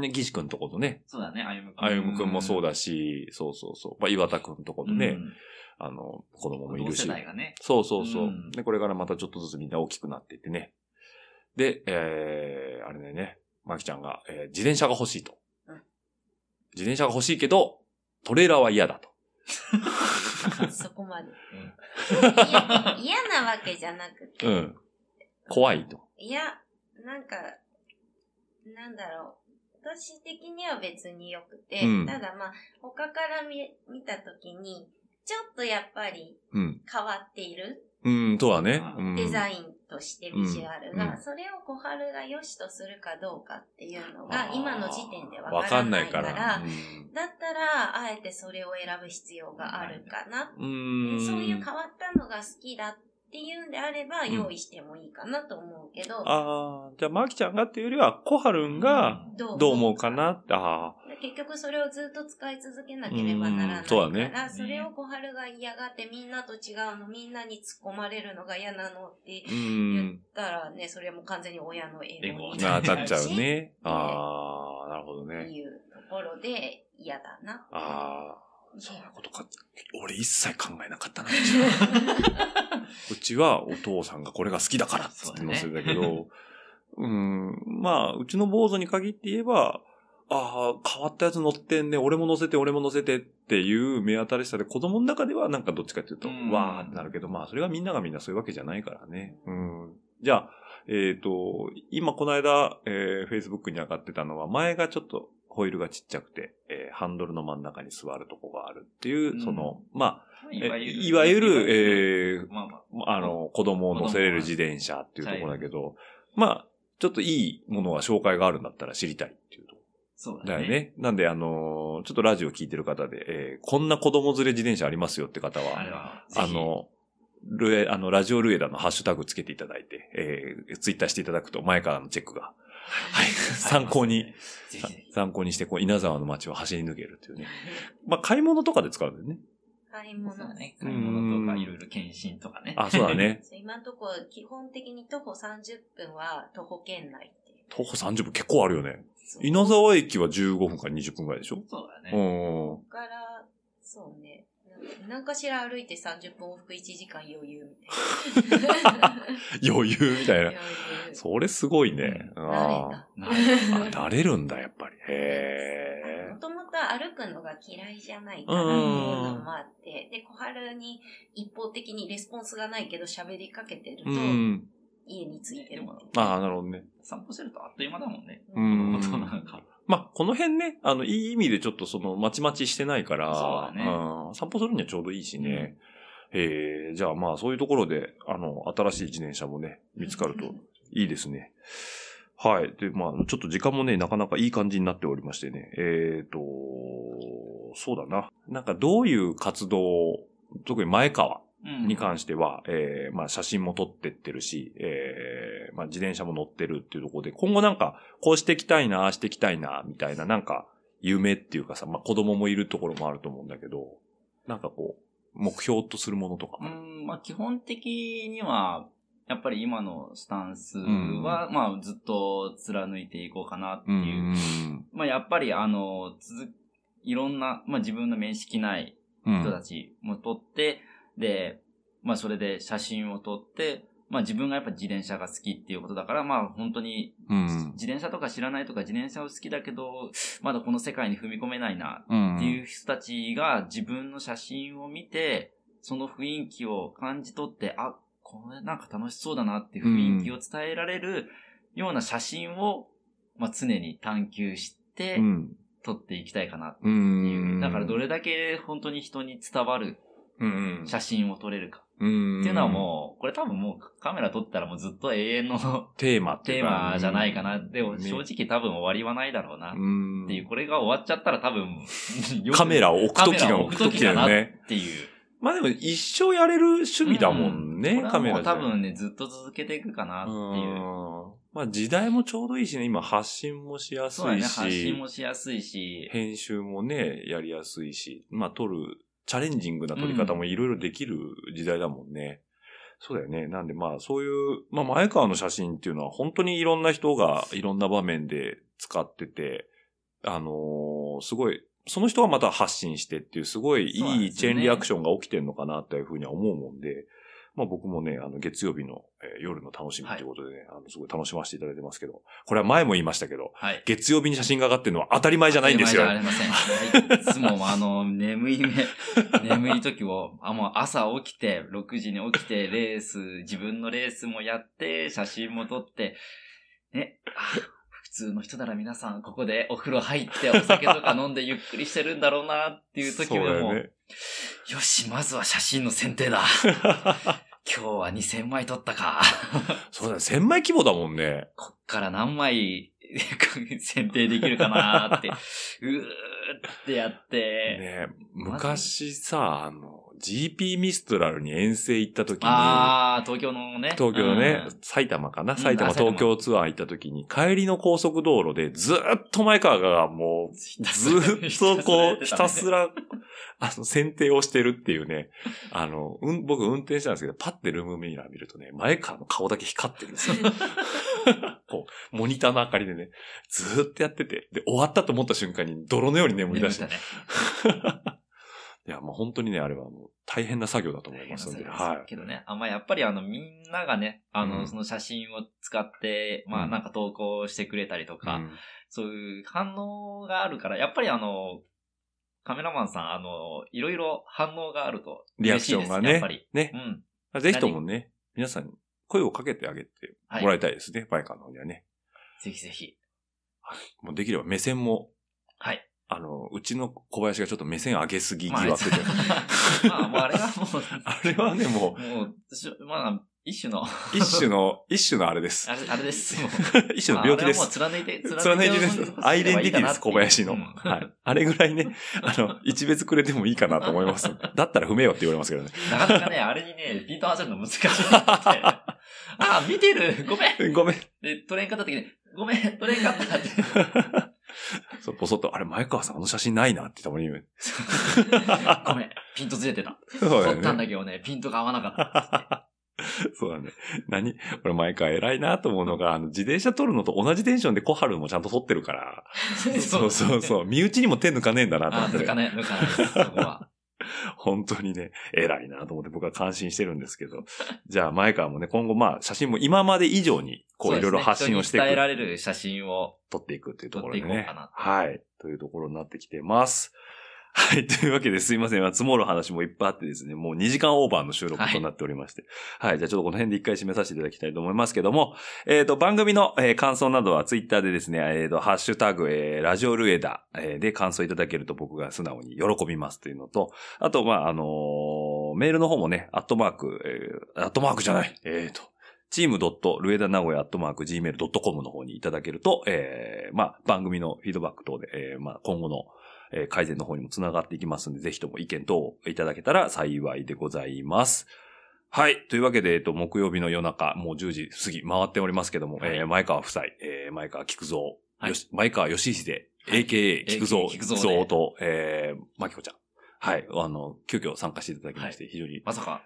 Speaker 2: ね、岸くんとことね、
Speaker 3: そうだね、歩む
Speaker 2: あゆむくんもそう
Speaker 3: だ
Speaker 2: だし、そうそうそう。まあ、岩田くんとことね、あの、子供もい
Speaker 3: 同
Speaker 2: る
Speaker 3: 世
Speaker 2: し。
Speaker 3: 代がね。
Speaker 2: そうそうそう、
Speaker 3: うん
Speaker 2: で、これからまたちょっとずつみんな大きくなっていってね。で、えー、あれだよね、まきちゃんが、えー自転車が欲しいと
Speaker 4: うん。
Speaker 2: 自転車が欲しいけど、トレーラーは嫌だと。
Speaker 4: そこまで
Speaker 3: ん。
Speaker 4: いや嫌なわけじゃなくて。
Speaker 2: うん。怖いと。
Speaker 4: いや、なんか、なんだろう。私的には別に良くて、
Speaker 2: うん
Speaker 4: ただまあ、他から見見たときに、ちょっとやっぱり
Speaker 2: うん。
Speaker 4: 変わっている、
Speaker 2: うん、とはね。うん
Speaker 4: デザインとしてビジュアル
Speaker 2: うん
Speaker 4: が、
Speaker 2: うん
Speaker 4: それを小春が良しとするかどうかっていうの
Speaker 2: あー
Speaker 4: が、今の時点でわからないから、
Speaker 2: うん
Speaker 4: だったら、あえてそれを選ぶ必要があるかな。
Speaker 2: うーん。
Speaker 4: そういう変わったのが好きだっていうんであれば、
Speaker 2: ん
Speaker 4: 用意してもいいかなと思うけど、
Speaker 2: ああ、じゃあ、まきちゃんがっていうよりは、こはるんが、
Speaker 4: ど
Speaker 2: どう思うかなって、ああ、
Speaker 4: で結局それをずっと使い続けなければならないから、
Speaker 2: うんそ
Speaker 4: そう
Speaker 2: だね
Speaker 4: れを小春が嫌がってみんなと違うの、みんなに突っ込まれるのが嫌なのって
Speaker 2: う
Speaker 4: 言っ
Speaker 2: ん。
Speaker 4: たらね、それはもう完全に親の英語に
Speaker 2: な
Speaker 4: な
Speaker 2: あ、
Speaker 4: っ
Speaker 2: 立っちゃう
Speaker 4: し
Speaker 2: ね。ああ、なるほど
Speaker 4: って
Speaker 2: ね。
Speaker 4: いうところで嫌だな。
Speaker 2: ああ、そういうことか。俺一切考えなかった な。うちはお父さんがこれが好きだからって言ってますだけど、うん、まあ、うちの坊主に限って言えば、ああ、変わったやつ乗ってんね、俺も乗せて、俺も乗せてっていう目新しさで、子供の中ではなんかどっちかっていうと、
Speaker 3: うん
Speaker 2: わーってなるけど、まあ、それがみんながみんなそういうわけじゃないからね。うん。じゃあ、えっ、と、今この間、えー、Facebook に上がってたのは、前がちょっとホイールがちっちゃくて、えーハンドルの真ん中に座るとこがあるっていう、その、まあ、え
Speaker 3: いわゆる、
Speaker 2: いわゆる、えー
Speaker 3: まあまあ、
Speaker 2: あの、子供を乗せれる自転車っていうところだけど、まあ、ちょっといいものは紹介があるんだったら知りたいっていうとこ
Speaker 3: そう
Speaker 2: だよね。。なんで、あのーちょっとラジオ聞いてる方で、えーこんな子供連れ自転車ありますよって方は、
Speaker 3: あ
Speaker 2: あ
Speaker 3: れは、ぜひ、
Speaker 2: の、ルエ、あの、ラジオルエダのハッシュタグつけていただいて、えーツイッターしていただくと前からのチェックが、はい、 参考に、
Speaker 3: ぜひぜひ。
Speaker 2: 参考にして、こう、稲沢の街を走り抜けるっていうね。まあ、買い物とかで使うんだよね。
Speaker 4: 買い
Speaker 3: そう
Speaker 4: 物。
Speaker 3: だね。買い物とか、いろいろ検診とかね。
Speaker 2: あ、そうだ ね。
Speaker 4: そう今のところ基本的に徒歩30分は徒歩圏内っていう。
Speaker 2: 徒歩30分結構あるよね。
Speaker 4: そう
Speaker 2: 稲沢駅は15分から20分ぐらいでしょ
Speaker 3: そうだ
Speaker 2: う
Speaker 3: ね。
Speaker 2: んうん。
Speaker 4: ここから、そうね。なん何かしら歩いて30分往復1時間余裕 みたいな。
Speaker 2: 余裕みたいな
Speaker 4: 余。裕
Speaker 2: それすごいね。
Speaker 4: 慣れ
Speaker 2: あ
Speaker 4: た。
Speaker 3: なるほ
Speaker 2: あ。
Speaker 3: ど
Speaker 2: あ慣れるんだ、やっぱり。へ
Speaker 4: もともと歩くのが嫌いじゃないかなっていうのもあって、で、小春に一方的にレスポンスがないけど喋りかけてる
Speaker 2: え。う
Speaker 4: と、
Speaker 2: ん。
Speaker 4: 家に着いて
Speaker 3: で
Speaker 4: る。
Speaker 3: も、
Speaker 2: ああ、なるほどね。
Speaker 3: 散歩してるとあっという間だもんね。
Speaker 2: う
Speaker 3: こ
Speaker 2: ん
Speaker 3: のことなんか。
Speaker 2: まあ、この辺ね、あの、いい意味でちょっとその、まちまちしてないから、
Speaker 3: そうだね
Speaker 2: ん散歩するにはちょうどいいしね。えー、じゃあまあ、そういうところで、あの、新しい自転車もね、見つかるといいですね。はい。で、まあ、ちょっと時間もね、なかなかいい感じになっておりましてね。えーと、そうだな。なんかどういう活動を、特に前川
Speaker 3: うん
Speaker 2: に関しては、えーまあ写真も撮ってってるし、えーまあ自転車も乗ってるっていうところで、今後なんか、こうしていきたいな、ああしていきたいな、みたいな、なんか、夢っていうかさ、まあ子供もいるところもあると思うんだけど、なんかこう、目標とするものとか
Speaker 3: う
Speaker 2: ある。
Speaker 3: ん、まあ基本的には、やっぱり今のスタンスは、まあずっと貫いていこうかなっていう。まあやっぱりあの、続、いろんな、まあ自分の面識ない
Speaker 2: うん
Speaker 3: 人たちも撮って、で、まあそれで写真を撮って、まあ自分がやっぱ自転車が好きっていうことだから、まあ本当に、
Speaker 2: うん
Speaker 3: 自転車とか知らないとか自転車を好きだけど、まだこの世界に踏み込めないな
Speaker 2: うん
Speaker 3: っていう人たちが自分の写真を見て、その雰囲気を感じ取って、あ、これなんか楽しそうだなっていう雰囲気を伝えられるような写真を、まあ、常に探求して
Speaker 2: うん
Speaker 3: 撮っていきたいかなって
Speaker 2: う
Speaker 3: いう。
Speaker 2: ん。
Speaker 3: だからどれだけ本当に人に伝わる
Speaker 2: うん、
Speaker 3: 写真を撮れるか。
Speaker 2: 真
Speaker 3: っていうのはもう、これ多分もうカメラ撮ったらもうずっと永遠の
Speaker 2: うん、テーマってい
Speaker 3: テ
Speaker 2: う
Speaker 3: ーマじゃないか
Speaker 2: う
Speaker 3: な。
Speaker 2: ん
Speaker 3: でも正直多分終わりはないだろうなっ
Speaker 2: うん
Speaker 3: ていう、これが終わっちゃったら多分、
Speaker 2: カメラを置く
Speaker 3: カ
Speaker 2: と
Speaker 3: メ
Speaker 2: き
Speaker 3: ラ
Speaker 2: の
Speaker 3: を置くときだな
Speaker 2: よ
Speaker 3: っ
Speaker 2: ね。
Speaker 3: ていう。
Speaker 2: まあでも一生やれる趣味だもんね、
Speaker 3: これは
Speaker 2: カメ
Speaker 3: も
Speaker 2: ラ
Speaker 3: う
Speaker 2: じゃ
Speaker 3: 多分ね、ずっと続けていくかなっていう。
Speaker 2: うんまあ時代もちょうどいいしね、今発信もしやす
Speaker 3: そうだ
Speaker 2: い
Speaker 3: ね、
Speaker 2: し、
Speaker 3: 発信もしやすいし。
Speaker 2: 編集もね、やりやすいし、まあ撮る、チャレンジングな撮り方もいろいろできる時代だもんね。そうだよね。なんでまあそういう、まあ前川の写真っていうのは本当にいろんな人がいろんな場面で使ってて、あのーすごい、その人がまた発信してっていう、すごい
Speaker 3: そうなん
Speaker 2: い
Speaker 3: で
Speaker 2: い
Speaker 3: す
Speaker 2: チ
Speaker 3: よね
Speaker 2: ェーンリアクションが起きてるのかなっていうふうには思うもんで、まあ僕もね、あの月曜日の、えー夜の楽しみということでね、あのすごい楽しませていただいてますけど、これは前も言いましたけど、
Speaker 3: はい。
Speaker 2: 月曜日に写真が上がってるのは当たり前じゃないんですよ
Speaker 3: 手。前じゃありません。はいいつも、あの、眠い目、 眠い時を、あ、もう朝起きて、6時に起きて、レース、自分のレースもやって、写真も撮って、ね、あ普通の人なら皆さん、ここでお風呂入って、お酒とか飲んでゆっくりしてるんだろうなっていう時で
Speaker 2: そうだよ
Speaker 3: も、
Speaker 2: ね
Speaker 3: よし、まずは写真の 選定だ。今日は2000枚撮ったか。
Speaker 2: そうだね。千枚規模だもんね。
Speaker 3: こっから何枚 選定できるかなーって、うーってやっ
Speaker 2: ね
Speaker 3: て、
Speaker 2: 昔さ、あの、GP ミストラルに遠征行った時に、
Speaker 3: あー、東京のね。
Speaker 2: 東京のね
Speaker 3: うん、
Speaker 2: 埼玉かな
Speaker 3: うん
Speaker 2: 埼玉、
Speaker 3: あ埼玉
Speaker 2: 東京ツアー行った時に、帰りの高速道路でずーっと前川がもう、
Speaker 3: ひたす
Speaker 2: ず
Speaker 3: ら
Speaker 2: ーっと こう、ひたす
Speaker 3: ら
Speaker 2: ら、あの、選定をしてるっていうね。あの、うん、僕運転したんですけど、パッてルームミラー見るとね、前川の顔だけ光ってるんですよ。 こう、モニターの明かりでね、ずーっとやってて、で、終わったと思った瞬間に泥のように眠
Speaker 3: や
Speaker 2: り
Speaker 3: り
Speaker 2: 出
Speaker 3: ま
Speaker 2: し
Speaker 3: してたね。
Speaker 2: いや、もう本当にね、あれはもう大変な作業だと思いますので、はい。
Speaker 3: けどね、あんまやっぱりあの、みんながね、あの、
Speaker 2: うん
Speaker 3: その写真を使って、ま
Speaker 2: う
Speaker 3: あ
Speaker 2: ん
Speaker 3: なんか投稿してくれたりとか、
Speaker 2: うん
Speaker 3: そういう反応があるから、やっぱりあの、カメラマンさん、あの、いろいろ反応があると
Speaker 2: リアク
Speaker 3: 嬉し
Speaker 2: シ
Speaker 3: い
Speaker 2: ョ
Speaker 3: で
Speaker 2: ン
Speaker 3: す、
Speaker 2: が
Speaker 3: や
Speaker 2: ね
Speaker 3: っぱり。、
Speaker 2: ね
Speaker 3: う、ん。
Speaker 2: ぜひともね、皆さん声をかけてあげて
Speaker 3: は
Speaker 2: もらいたいですね、バイカーの方にはね。
Speaker 3: ぜひぜひ。
Speaker 2: もうできれば目線も、
Speaker 3: はい。
Speaker 2: あの、うちの小林がちょっと目線上げすぎ疑惑で。
Speaker 3: まあ、ま あ、あれはもう、
Speaker 2: あれはね、も
Speaker 3: もう、しまあ、一種の、あ
Speaker 2: う、一種 の、一種のあれです。
Speaker 3: れあれです。もう
Speaker 2: 一種の病気で
Speaker 3: あれはもう
Speaker 2: す。
Speaker 3: 貫い て、
Speaker 2: 貫いてです
Speaker 3: 貫いて。
Speaker 2: アイデンティティです、小林の。
Speaker 3: うん
Speaker 2: はい。あれぐらいね、あの、一別くれてもいいかなと思い ます。だったら踏めよって言われますけどね。
Speaker 3: なかなかね、あれにね、ピント合わせるの難しいなって。ああ、見てるごめん
Speaker 2: ごめん。
Speaker 3: で、取れんかった時に、ごめん取れんかっ たって。
Speaker 2: そう、ぼそっと、あれ、前川さんあの写真ないなってたまに言う。
Speaker 3: ごめん、ピントずれてた。
Speaker 2: そうだ
Speaker 3: 撮った
Speaker 2: よ
Speaker 3: ん
Speaker 2: ね。
Speaker 3: だけどね、ピントが合わなかった。
Speaker 2: そうだね。何俺、前川偉いなと思うのが、あの、自転車撮るのと同じテンションで小春もちゃんと撮ってるから。 そうそうそう。身内にも手抜かねえんだなと
Speaker 3: あ、
Speaker 2: 思っ
Speaker 3: 抜か
Speaker 2: て。
Speaker 3: ない、抜かないです、そこは。
Speaker 2: 本当にね、偉いなと思って僕は感心してるんですけど。 じゃあ、前川もね、今後まあ、写真も今まで以上に、 こう、いろいろ発信をしてい
Speaker 3: そうですね人に伝え
Speaker 2: く
Speaker 3: られる写真を。
Speaker 2: 撮っていくっていうところで
Speaker 3: 撮っていこ
Speaker 2: ね
Speaker 3: うかな。
Speaker 2: はい。というところになってきてます。 はい。というわけですいません。まあ積もる話もいっぱいあってですね、もう2時間オーバーの収録となっておりまして。はい。じゃあちょっとこの辺で一回締めさせていただきたいと思いますけども、えっ、と、番組の、えー感想などはツイッターでですね、えっ、と、ハッシュタグ、えーラジオルエダ、えーで感想いただけると僕が素直に喜びますというのと、あと、まあ、あのーメールの方もね、アットマーク、えーアットマークじゃない。えっ、と、チームドット、ルエダ名古屋アットマーク、gmail.com の方にいただけると、えーまあ、番組のフィードバック等で、えーまあ、今後の、えー改善の方にもつながっていきますので、ぜひとも意見等をいただけたら幸いでございます。はい。というわけで、えっと、木曜日の夜中、もう10時過ぎ回っておりますけども、
Speaker 3: はい
Speaker 2: えー前川夫妻、えー前川菊蔵、
Speaker 3: はい
Speaker 2: よし前川義秀、
Speaker 3: はい
Speaker 2: AKA 菊
Speaker 3: AKA
Speaker 2: 蔵、
Speaker 3: 菊蔵で
Speaker 2: 蔵と、えー、まきこちゃん。はい。あの、急遽参加していただきまして、非常に
Speaker 3: まさか、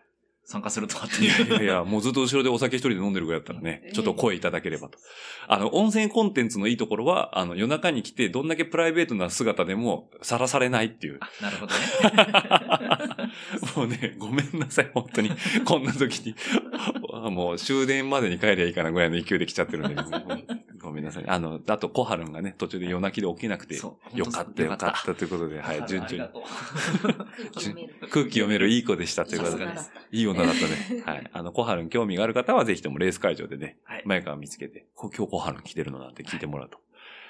Speaker 3: 参加するとはって
Speaker 2: い
Speaker 3: い。
Speaker 2: やいやいうや、もうずっと後ろでお酒一人で飲んでるぐらいだったらね
Speaker 4: う、ん
Speaker 2: ちょっと声いただければと。あの、温泉コンテンツのいいところは、あの、夜中に来て、どんだけプライベートな姿でも、さらされないっていう。
Speaker 3: あ、なるほどね。
Speaker 2: もうね、ごめんなさい、本当に。こんな時に。 あもう終電までに帰りゃいいかなぐらいの勢いで来ちゃってるんだけど、ごめんなさい。あの、あと、小春がね、途中で夜泣 きで起きなくて、
Speaker 3: そう
Speaker 2: よかったよかったということで、は
Speaker 3: 本
Speaker 2: い、
Speaker 3: 当に
Speaker 2: 順調に
Speaker 3: あ。りがとう
Speaker 4: 空気読める。
Speaker 2: 空気読めるいい子でしたということで
Speaker 4: さ。すが
Speaker 2: いい女だった ね。はい。あの、小春に興味がある方は、ぜひともレース会場でね、
Speaker 3: はい
Speaker 2: 前から見つけて、こ今日小春来てるのなんて聞いてもらうと、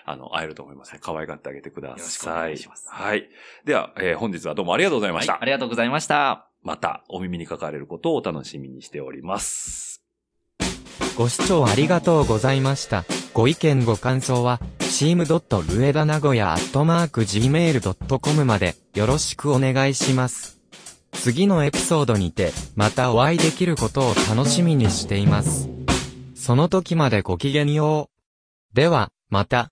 Speaker 2: あの、会えると思います。可愛がってあげてください。
Speaker 3: よろしくお願いします
Speaker 2: はい。では、えー本日はどうもありがとうございま
Speaker 3: は
Speaker 2: し
Speaker 3: い
Speaker 2: た。
Speaker 3: ありがとうございました。
Speaker 2: また、お耳にかかれることをお楽しみにしております。
Speaker 5: ご視聴ありがとうございました。ご意見ご感想は、チームドットルエダ名古屋アットマーク Gmail.com までよろしくお願いします。次のエピソードにて、またお会いできることを楽しみにしています。その時までごきげんよう。では、また。